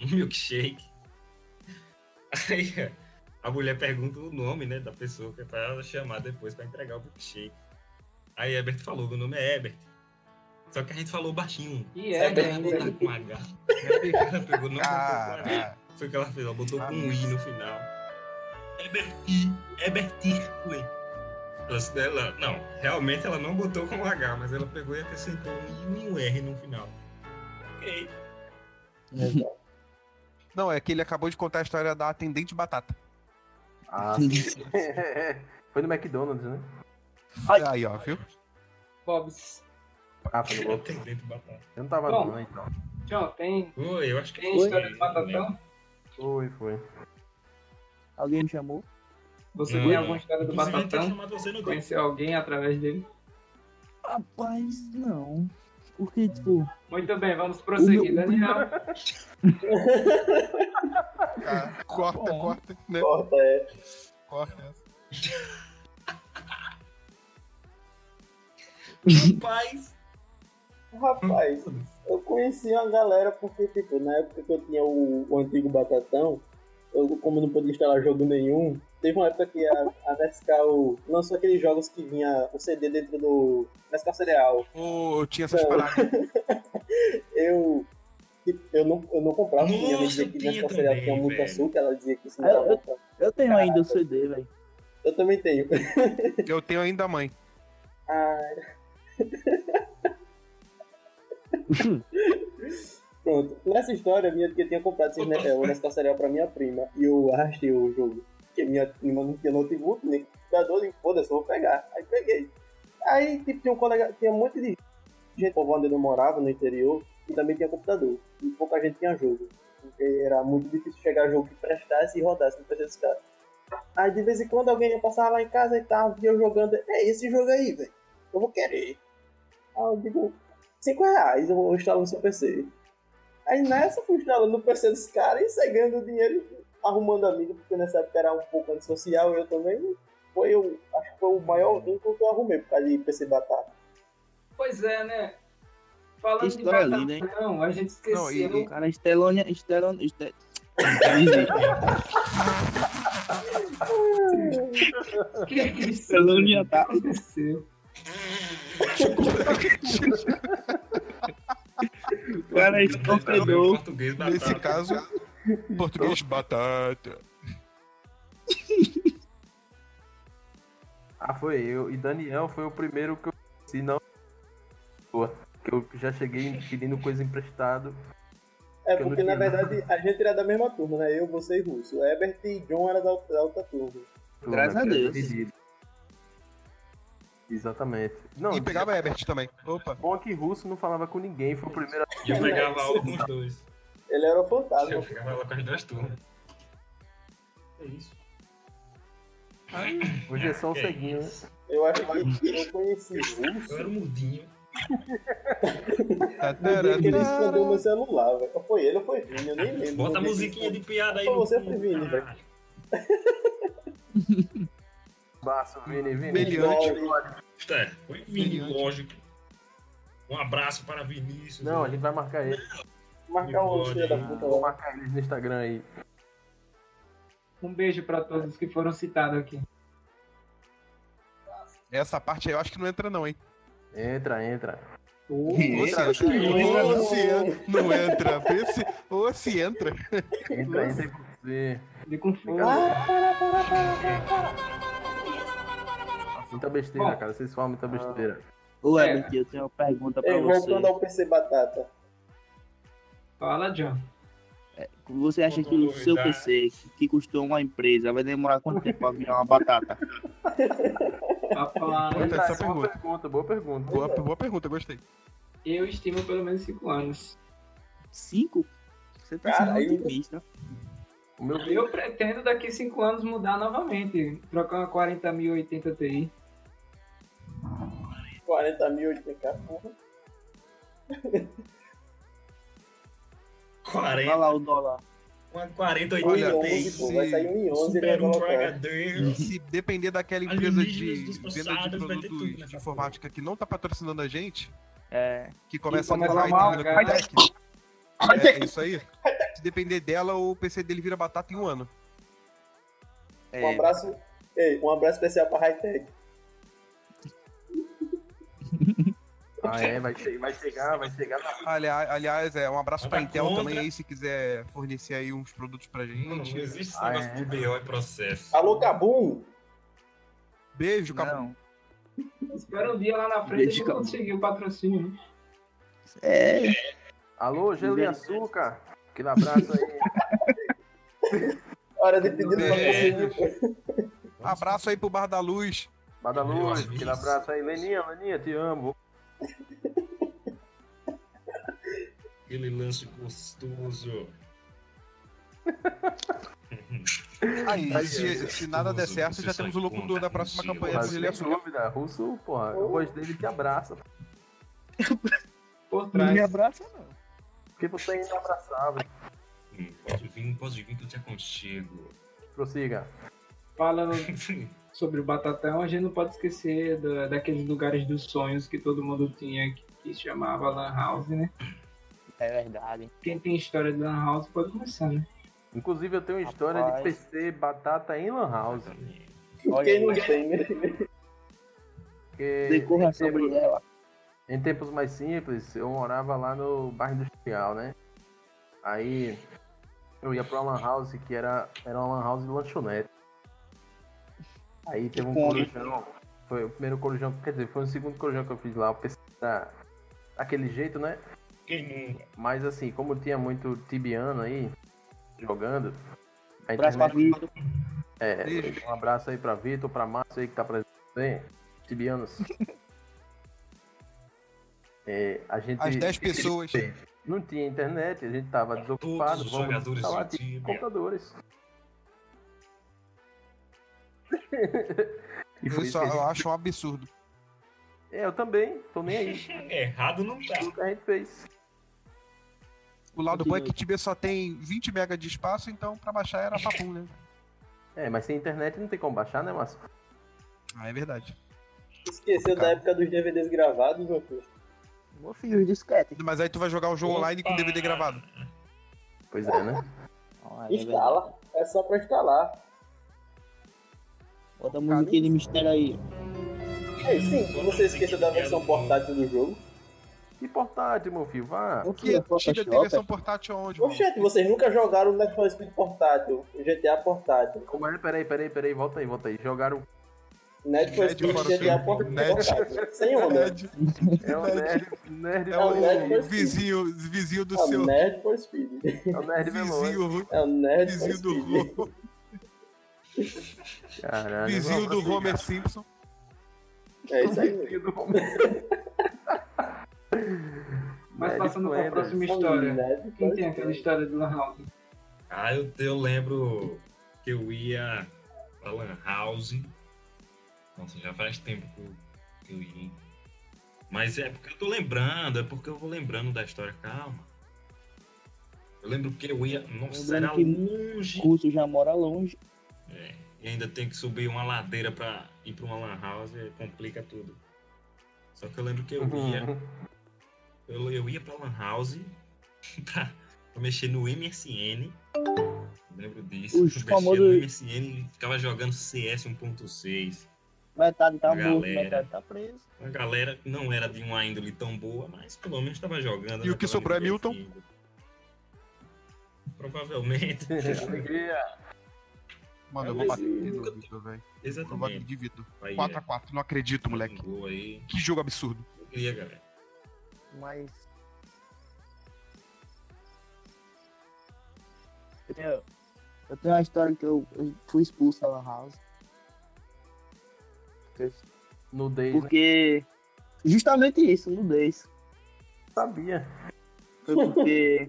[SPEAKER 4] Um milkshake. Aí a mulher pergunta o nome, né? Da pessoa que é pra chamar depois pra entregar o milkshake. Aí Herbert falou: meu nome é Herbert. Só que a gente falou baixinho.
[SPEAKER 1] E é,
[SPEAKER 4] Sabe,
[SPEAKER 1] ainda.
[SPEAKER 4] ela com H. Aí a cara pegou, não botou com H.
[SPEAKER 5] Cara,
[SPEAKER 4] Foi o que ela fez, ela botou com um I no final. É Berti, é Berti, ué. Ela, ela- não, realmente ela não botou com H, mas ela pegou e acrescentou um I e um R no final. Ok.
[SPEAKER 5] não, é que ele acabou de contar a história da atendente batata.
[SPEAKER 2] Ah, foi no McDonald's, né?
[SPEAKER 3] Ai.
[SPEAKER 5] Aí, ó, viu?
[SPEAKER 1] Bobs.
[SPEAKER 2] Ah, foi no
[SPEAKER 4] Eu
[SPEAKER 2] Bob's.
[SPEAKER 4] tenho dentro de batata.
[SPEAKER 2] Eu não tava
[SPEAKER 1] Bom.
[SPEAKER 2] não, né, então.
[SPEAKER 1] John, tem,
[SPEAKER 4] Oi, eu acho que
[SPEAKER 1] tem
[SPEAKER 4] foi,
[SPEAKER 1] história de
[SPEAKER 4] né?
[SPEAKER 1] batatão?
[SPEAKER 2] Foi, foi.
[SPEAKER 3] Alguém me chamou?
[SPEAKER 1] Você
[SPEAKER 4] Não,
[SPEAKER 1] tem
[SPEAKER 4] não.
[SPEAKER 1] alguma história do
[SPEAKER 4] Inclusive, ele tá tinha
[SPEAKER 1] batatão?
[SPEAKER 4] chamado você no dia.
[SPEAKER 1] Conheceu alguém através dele?
[SPEAKER 3] Rapaz, não. Porque, tipo,
[SPEAKER 1] Muito bem, vamos
[SPEAKER 3] O
[SPEAKER 1] prosseguir,
[SPEAKER 3] meu-
[SPEAKER 1] Daniel.
[SPEAKER 5] Ah, corta,
[SPEAKER 3] bom.
[SPEAKER 5] corta, né?
[SPEAKER 6] Corta, é.
[SPEAKER 5] Corta essa.
[SPEAKER 4] Rapaz,
[SPEAKER 6] Rapaz, eu conheci uma galera porque, tipo, na época que eu tinha o, o antigo Batatão, eu, como não podia instalar jogo nenhum, teve uma época que a, a Nescau lançou aqueles jogos que vinha o CD dentro do Nescau Cereal.
[SPEAKER 5] Ô, eu tinha essas
[SPEAKER 6] Não.
[SPEAKER 5] paradas.
[SPEAKER 6] Eu, tipo, eu, não, eu não comprava, porque minha mãe dizia
[SPEAKER 4] Nossa, eu
[SPEAKER 6] que
[SPEAKER 4] tinha
[SPEAKER 6] Nescau Cereal
[SPEAKER 4] também,
[SPEAKER 6] tinha muito
[SPEAKER 4] velho.
[SPEAKER 6] açúcar, ela dizia que isso não
[SPEAKER 3] Ah,
[SPEAKER 6] era bom.
[SPEAKER 3] eu tenho ainda o CD, velho.
[SPEAKER 6] Eu também tenho.
[SPEAKER 5] Eu tenho ainda a mãe.
[SPEAKER 6] Ah, pronto. Nessa história, minha tia tinha comprado esses, né, o Nescau Cereal pra minha prima, e eu achei o jogo. Porque minha prima não tinha notebook, né? nem computador, nem foda-se, eu vou pegar. Aí peguei. Aí, tipo, tinha um colega, tinha um monte de gente, povo onde eu morava, no interior, e também tinha computador. E pouca gente tinha jogo. Porque era muito difícil chegar a jogo que prestasse e rodasse no PC dos caras. Aí, de vez em quando, alguém passava lá em casa e tava e eu jogando. É esse jogo aí, velho. Eu vou querer. Aí eu digo, 5 reais eu vou instalar no seu PC. Aí nessa eu fui instalando no PC dos caras e saí ganhando dinheiro e arrumando amigo, porque nessa época era um pouco antissocial, eu também. Foi eu, acho que foi o maior vínculo que eu arrumei por causa de PC batata.
[SPEAKER 1] Pois é, né? Falando
[SPEAKER 3] Que história
[SPEAKER 1] de
[SPEAKER 3] linda, hein?
[SPEAKER 1] batatão, a gente esqueceu.
[SPEAKER 5] Não, e-
[SPEAKER 3] O cara é estelônia, estelônia, estelônia.
[SPEAKER 1] O que é que isso
[SPEAKER 3] Estelônia tá.
[SPEAKER 1] aconteceu?
[SPEAKER 3] O cara é
[SPEAKER 4] tá Em
[SPEAKER 3] estorcedor.
[SPEAKER 4] português, batata.
[SPEAKER 5] Nesse caso, português batata.
[SPEAKER 2] Ah, foi eu. E Daniel foi o primeiro que eu conheci, não. Boa. Que eu já cheguei pedindo coisa emprestado.
[SPEAKER 6] É
[SPEAKER 2] Eu não
[SPEAKER 6] porque, na
[SPEAKER 2] tinha
[SPEAKER 6] verdade, a gente era da mesma turma, né? Eu, você e Russo. Herbert e John era da outra, da outra turma.
[SPEAKER 2] Tudo,
[SPEAKER 7] Graças
[SPEAKER 2] né,
[SPEAKER 7] a
[SPEAKER 2] que era
[SPEAKER 7] Deus.
[SPEAKER 2] dividido. Exatamente. Não,
[SPEAKER 5] E pegava Ebert também. Opa.
[SPEAKER 2] bom é que russo não falava com ninguém, foi o primeiro a
[SPEAKER 1] é
[SPEAKER 4] E eu pegava aula com os dois.
[SPEAKER 6] Ele era o fantasma.
[SPEAKER 4] Eu pegava aula com as duas turmas. É isso.
[SPEAKER 2] Hoje é só o
[SPEAKER 4] Que
[SPEAKER 2] ceguinho, né?
[SPEAKER 4] isso.
[SPEAKER 6] Eu acho que eu conheci
[SPEAKER 4] Eu
[SPEAKER 6] Russo.
[SPEAKER 4] era um mudinho.
[SPEAKER 6] No dia que ele escondeu meu celular, velho. Ou Foi ele ou foi Vini, eu nem lembro. tipo,
[SPEAKER 4] Bota a
[SPEAKER 6] Não vi
[SPEAKER 4] musiquinha
[SPEAKER 6] se
[SPEAKER 4] de piada aí.
[SPEAKER 6] Pô,
[SPEAKER 4] no
[SPEAKER 1] é
[SPEAKER 6] você
[SPEAKER 4] fundo,
[SPEAKER 6] foi Vini, velho.
[SPEAKER 4] caralho.
[SPEAKER 2] Abraço, Vini, Vini.
[SPEAKER 5] Meliante.
[SPEAKER 4] É, foi Vini,
[SPEAKER 5] Brilhante.
[SPEAKER 4] lógico. Um abraço para Vinícius.
[SPEAKER 2] Não, é. a gente vai marcar ele.
[SPEAKER 6] foi Marcar o
[SPEAKER 4] Tipo, Bigode. né?
[SPEAKER 6] filho da puta
[SPEAKER 2] Vou
[SPEAKER 6] lá.
[SPEAKER 2] marcar eles no Instagram aí.
[SPEAKER 1] Um beijo pra todos que foram citados aqui.
[SPEAKER 5] Essa parte aí eu acho que não entra, não, hein?
[SPEAKER 2] Entra, entra.
[SPEAKER 5] Você acha que não entra? Ou se en- não entra. Vê se- Ou se entra.
[SPEAKER 2] Entra, entra com você.
[SPEAKER 1] De com força.
[SPEAKER 2] Muita besteira, cara. Vocês falam muita besteira.
[SPEAKER 3] Ô,
[SPEAKER 1] É.
[SPEAKER 3] Everton, eu tenho uma pergunta pra
[SPEAKER 6] Ei,
[SPEAKER 3] você.
[SPEAKER 6] voltando ao PC Batata.
[SPEAKER 1] Fala, John.
[SPEAKER 3] Você acha que o seu PC, que custou uma empresa, vai demorar quanto tempo pra virar uma batata?
[SPEAKER 1] Papai,
[SPEAKER 5] Entra,
[SPEAKER 2] Entra,
[SPEAKER 5] essa
[SPEAKER 2] essa é uma
[SPEAKER 5] pergunta.
[SPEAKER 2] pergunta, boa pergunta.
[SPEAKER 5] Boa, boa pergunta, gostei.
[SPEAKER 1] eu estimo pelo menos 5 anos.
[SPEAKER 3] Cinco? Você tá
[SPEAKER 6] Cara,
[SPEAKER 3] sendo
[SPEAKER 6] aí-
[SPEAKER 3] otimista.
[SPEAKER 2] O meu
[SPEAKER 1] Eu pretendo daqui 5 anos mudar novamente. Trocar uma 40.080 Ti.
[SPEAKER 6] 40 mil de PK, porra.
[SPEAKER 3] Olha
[SPEAKER 4] 40,
[SPEAKER 3] lá o dólar.
[SPEAKER 4] uma 40,
[SPEAKER 5] Olha,
[SPEAKER 6] 1,11,
[SPEAKER 4] 80 tem.
[SPEAKER 6] pô. Vai sair 1,11
[SPEAKER 2] né,
[SPEAKER 6] e vai
[SPEAKER 4] Super um
[SPEAKER 6] colocar.
[SPEAKER 4] Tragadeiro.
[SPEAKER 5] Se depender daquela empresa de
[SPEAKER 4] Alienígenas dos
[SPEAKER 5] venda de
[SPEAKER 4] passados, vai ter tudo
[SPEAKER 5] produtos de
[SPEAKER 4] nessa
[SPEAKER 5] informática que não tá patrocinando a gente,
[SPEAKER 3] É.
[SPEAKER 5] que começa a
[SPEAKER 1] começa
[SPEAKER 5] levar
[SPEAKER 1] a mal,
[SPEAKER 5] a
[SPEAKER 1] cara.
[SPEAKER 5] Tech, é, é isso aí. Se depender dela, o PC dele vira batata em um ano.
[SPEAKER 3] é
[SPEAKER 6] Um abraço. Ei, um abraço especial pra Hightech.
[SPEAKER 2] Ah, é, vai, che- vai chegar, vai chegar na
[SPEAKER 5] Ali- Aliás, é um abraço
[SPEAKER 4] Nada
[SPEAKER 5] pra Intel
[SPEAKER 4] contra.
[SPEAKER 5] também aí, se quiser fornecer aí uns produtos pra
[SPEAKER 4] Não, não
[SPEAKER 5] gente.
[SPEAKER 4] existe esse
[SPEAKER 2] Ah,
[SPEAKER 4] negócio
[SPEAKER 2] é. Ah.
[SPEAKER 4] de BO e processo.
[SPEAKER 6] Alô, Kabum!
[SPEAKER 5] Beijo, Cabo.
[SPEAKER 3] Não.
[SPEAKER 1] Espero um dia lá na frente
[SPEAKER 3] Beijo,
[SPEAKER 1] eu
[SPEAKER 3] calma.
[SPEAKER 1] conseguir o patrocínio. né?
[SPEAKER 3] É.
[SPEAKER 2] Alô, gelo e açúcar. Aquele abraço aí.
[SPEAKER 6] Hora de pedir pra
[SPEAKER 4] É.
[SPEAKER 6] conseguir. pô.
[SPEAKER 5] Abraço aí pro Bar da Luz.
[SPEAKER 2] Badaluz,
[SPEAKER 4] Meu
[SPEAKER 2] aquele
[SPEAKER 4] Deus.
[SPEAKER 2] abraço aí. Leninha, Leninha, te amo.
[SPEAKER 4] Aquele lance gostoso.
[SPEAKER 5] Aí,
[SPEAKER 4] Aí,
[SPEAKER 5] se,
[SPEAKER 4] é,
[SPEAKER 5] se
[SPEAKER 4] é,
[SPEAKER 5] nada
[SPEAKER 4] é,
[SPEAKER 5] der
[SPEAKER 4] é,
[SPEAKER 5] certo,
[SPEAKER 4] você
[SPEAKER 5] já
[SPEAKER 4] sai
[SPEAKER 5] temos o locutor
[SPEAKER 4] contra,
[SPEAKER 5] da próxima
[SPEAKER 4] Brasil. um
[SPEAKER 5] campanha do
[SPEAKER 2] Mas
[SPEAKER 5] Gelo e
[SPEAKER 2] sem
[SPEAKER 5] Açúcar.
[SPEAKER 2] dúvida, Russo, porra, eu gosto dele te abraça.
[SPEAKER 1] Por
[SPEAKER 3] Não
[SPEAKER 1] trás.
[SPEAKER 3] me abraça, não.
[SPEAKER 2] Porque você ainda abraçava.
[SPEAKER 4] Hum, Pode vir, pode vir que eu te aconchego.
[SPEAKER 2] Prossiga.
[SPEAKER 1] Falando sobre o Batatão, a gente não pode esquecer da- daqueles lugares dos sonhos que todo mundo tinha, que, que chamava Lan House, né?
[SPEAKER 3] É verdade.
[SPEAKER 1] Quem tem história de Lan House pode começar, né?
[SPEAKER 2] Inclusive, eu tenho uma história de
[SPEAKER 3] Rapaz.
[SPEAKER 2] PC batata em Lan House.
[SPEAKER 3] Olha,
[SPEAKER 6] Quem não
[SPEAKER 3] aí,
[SPEAKER 6] tem, né?
[SPEAKER 2] Porque
[SPEAKER 3] decorra
[SPEAKER 2] em tempos-
[SPEAKER 3] sobre ela.
[SPEAKER 2] Em tempos mais simples, eu morava lá no bairro industrial, né? Aí eu ia pra uma lan house que era, era uma lan house de lanchonete. Aí teve um
[SPEAKER 3] Como?
[SPEAKER 2] corujão. Foi o primeiro corujão, quer dizer, foi o segundo corujão que eu fiz lá. Eu pensei era daquele jeito, né?
[SPEAKER 4] Quem nunca?
[SPEAKER 2] Mas assim, como tinha muito tibiano aí jogando, a
[SPEAKER 3] Abraço pra
[SPEAKER 2] internet.
[SPEAKER 3] mim.
[SPEAKER 2] É,
[SPEAKER 5] Beijo.
[SPEAKER 2] um abraço aí pra Vitor, pra Márcio aí que tá presente também. Tibianos. É, a gente.
[SPEAKER 5] As 10 pessoas.
[SPEAKER 2] Não tinha internet, a gente tava desocupado.
[SPEAKER 4] Todos os
[SPEAKER 2] vamos
[SPEAKER 4] jogadores
[SPEAKER 2] instalar
[SPEAKER 4] do
[SPEAKER 2] aqui
[SPEAKER 4] time.
[SPEAKER 2] computadores. e
[SPEAKER 5] Eu,
[SPEAKER 2] foi
[SPEAKER 5] só,
[SPEAKER 2] isso.
[SPEAKER 5] eu acho um absurdo.
[SPEAKER 2] É, eu também, tô nem aí.
[SPEAKER 4] Errado não tá.
[SPEAKER 2] o que a gente fez.
[SPEAKER 5] O lado bom é que
[SPEAKER 3] Continue.
[SPEAKER 5] Tibia só tem 20 mega de espaço, então pra baixar era papum, né?
[SPEAKER 2] É, mas sem internet não tem como baixar, né, Márcio?
[SPEAKER 5] Ah, é verdade.
[SPEAKER 6] Esqueceu da
[SPEAKER 5] Cara.
[SPEAKER 6] época dos DVDs gravados, meu filho.
[SPEAKER 3] Tá Vou filho os disquete.
[SPEAKER 5] Mas aí tu vai jogar o jogo online com DVD gravado.
[SPEAKER 2] Pois é, né?
[SPEAKER 3] Olha, é verdade.
[SPEAKER 6] Instala. É só pra instalar.
[SPEAKER 3] Bota a musiquinha de mistério aí.
[SPEAKER 6] Ei, sim, você esqueceu da versão portátil do jogo.
[SPEAKER 2] E portátil, meu filho, vá.
[SPEAKER 3] Ô,
[SPEAKER 5] Que
[SPEAKER 3] filho,
[SPEAKER 5] Tibia tem
[SPEAKER 3] Photoshop,
[SPEAKER 5] versão portátil onde? mano?
[SPEAKER 6] Oxente, vocês nunca jogaram o Need for Speed portátil, o GTA portátil.
[SPEAKER 2] Como é? Peraí, peraí, peraí, volta aí, volta aí. Jogaram.
[SPEAKER 6] Need for
[SPEAKER 5] Ned
[SPEAKER 6] Speed
[SPEAKER 5] fora do
[SPEAKER 6] GTA
[SPEAKER 5] jogo.
[SPEAKER 6] portátil.
[SPEAKER 5] Ned.
[SPEAKER 6] Sem onda.
[SPEAKER 5] Nerd.
[SPEAKER 2] É o nerd, nerd,
[SPEAKER 5] É
[SPEAKER 6] o Nerd
[SPEAKER 5] o
[SPEAKER 6] Versus.
[SPEAKER 5] vizinho, vizinho do
[SPEAKER 1] Ah,
[SPEAKER 6] É o
[SPEAKER 5] seu.
[SPEAKER 6] Nerd for Speed.
[SPEAKER 2] é o nerd veloz.
[SPEAKER 5] Vizinho,
[SPEAKER 1] né?
[SPEAKER 5] Ru-
[SPEAKER 6] É o Nerd for
[SPEAKER 5] vizinho do
[SPEAKER 6] Speed.
[SPEAKER 5] Ru-
[SPEAKER 2] Caralho.
[SPEAKER 5] vizinho
[SPEAKER 2] vamos
[SPEAKER 5] do Homer Simpson.
[SPEAKER 6] É isso aí.
[SPEAKER 2] Vizinho do Homer.
[SPEAKER 1] Mas
[SPEAKER 2] Nerd
[SPEAKER 1] passando para a
[SPEAKER 2] Flanders.
[SPEAKER 1] próxima
[SPEAKER 6] É o
[SPEAKER 1] história.
[SPEAKER 6] Nerd
[SPEAKER 1] Quem
[SPEAKER 6] for
[SPEAKER 1] tem aquela
[SPEAKER 6] Speed.
[SPEAKER 1] história de Lan House?
[SPEAKER 4] Ah, eu, eu lembro que eu ia pra Lan House. Nossa, já faz tempo que eu, que eu ia. hein? Mas é porque eu tô lembrando, é porque eu vou lembrando da história, calma. Eu lembro que eu ia. Nossa,
[SPEAKER 3] Lembrando
[SPEAKER 4] era
[SPEAKER 3] que-
[SPEAKER 4] longe.
[SPEAKER 3] Curso já mora longe.
[SPEAKER 4] É, e ainda tem que subir uma ladeira pra ir pra uma lan house, e complica tudo. Só que eu lembro que eu
[SPEAKER 2] Uhum.
[SPEAKER 4] ia. Eu, eu ia pra Lan House pra, pra mexer no MSN. Eu Lembro disso.
[SPEAKER 3] Os
[SPEAKER 4] eu
[SPEAKER 3] famosos-
[SPEAKER 4] mexia no MSN e ficava jogando um CS 1.6.
[SPEAKER 3] Metade tá
[SPEAKER 4] Galera.
[SPEAKER 3] morto, metade tá preso.
[SPEAKER 4] A galera não era de uma índole tão boa, mas pelo menos tava jogando.
[SPEAKER 5] E
[SPEAKER 4] né?
[SPEAKER 5] o que
[SPEAKER 4] Tava
[SPEAKER 5] sobrou é
[SPEAKER 4] divertido. Provavelmente.
[SPEAKER 2] Alegria.
[SPEAKER 5] Mano,
[SPEAKER 4] É,
[SPEAKER 5] eu vou
[SPEAKER 4] mas
[SPEAKER 5] bater no Vitor,
[SPEAKER 1] É
[SPEAKER 5] velho. Eu vou bater
[SPEAKER 4] Exatamente.
[SPEAKER 5] de Vitor.
[SPEAKER 4] Aí,
[SPEAKER 5] 4x4, não acredito,
[SPEAKER 4] é,
[SPEAKER 5] moleque.
[SPEAKER 4] um gol aí.
[SPEAKER 5] Que jogo absurdo.
[SPEAKER 4] Eu queria, galera.
[SPEAKER 3] Mas. Eu tenho, eu tenho uma história que eu, eu fui expulso da Lan House. Porque-
[SPEAKER 2] Nudez, né?
[SPEAKER 3] Porque. Justamente isso, nudez.
[SPEAKER 2] Sabia.
[SPEAKER 3] Foi porque.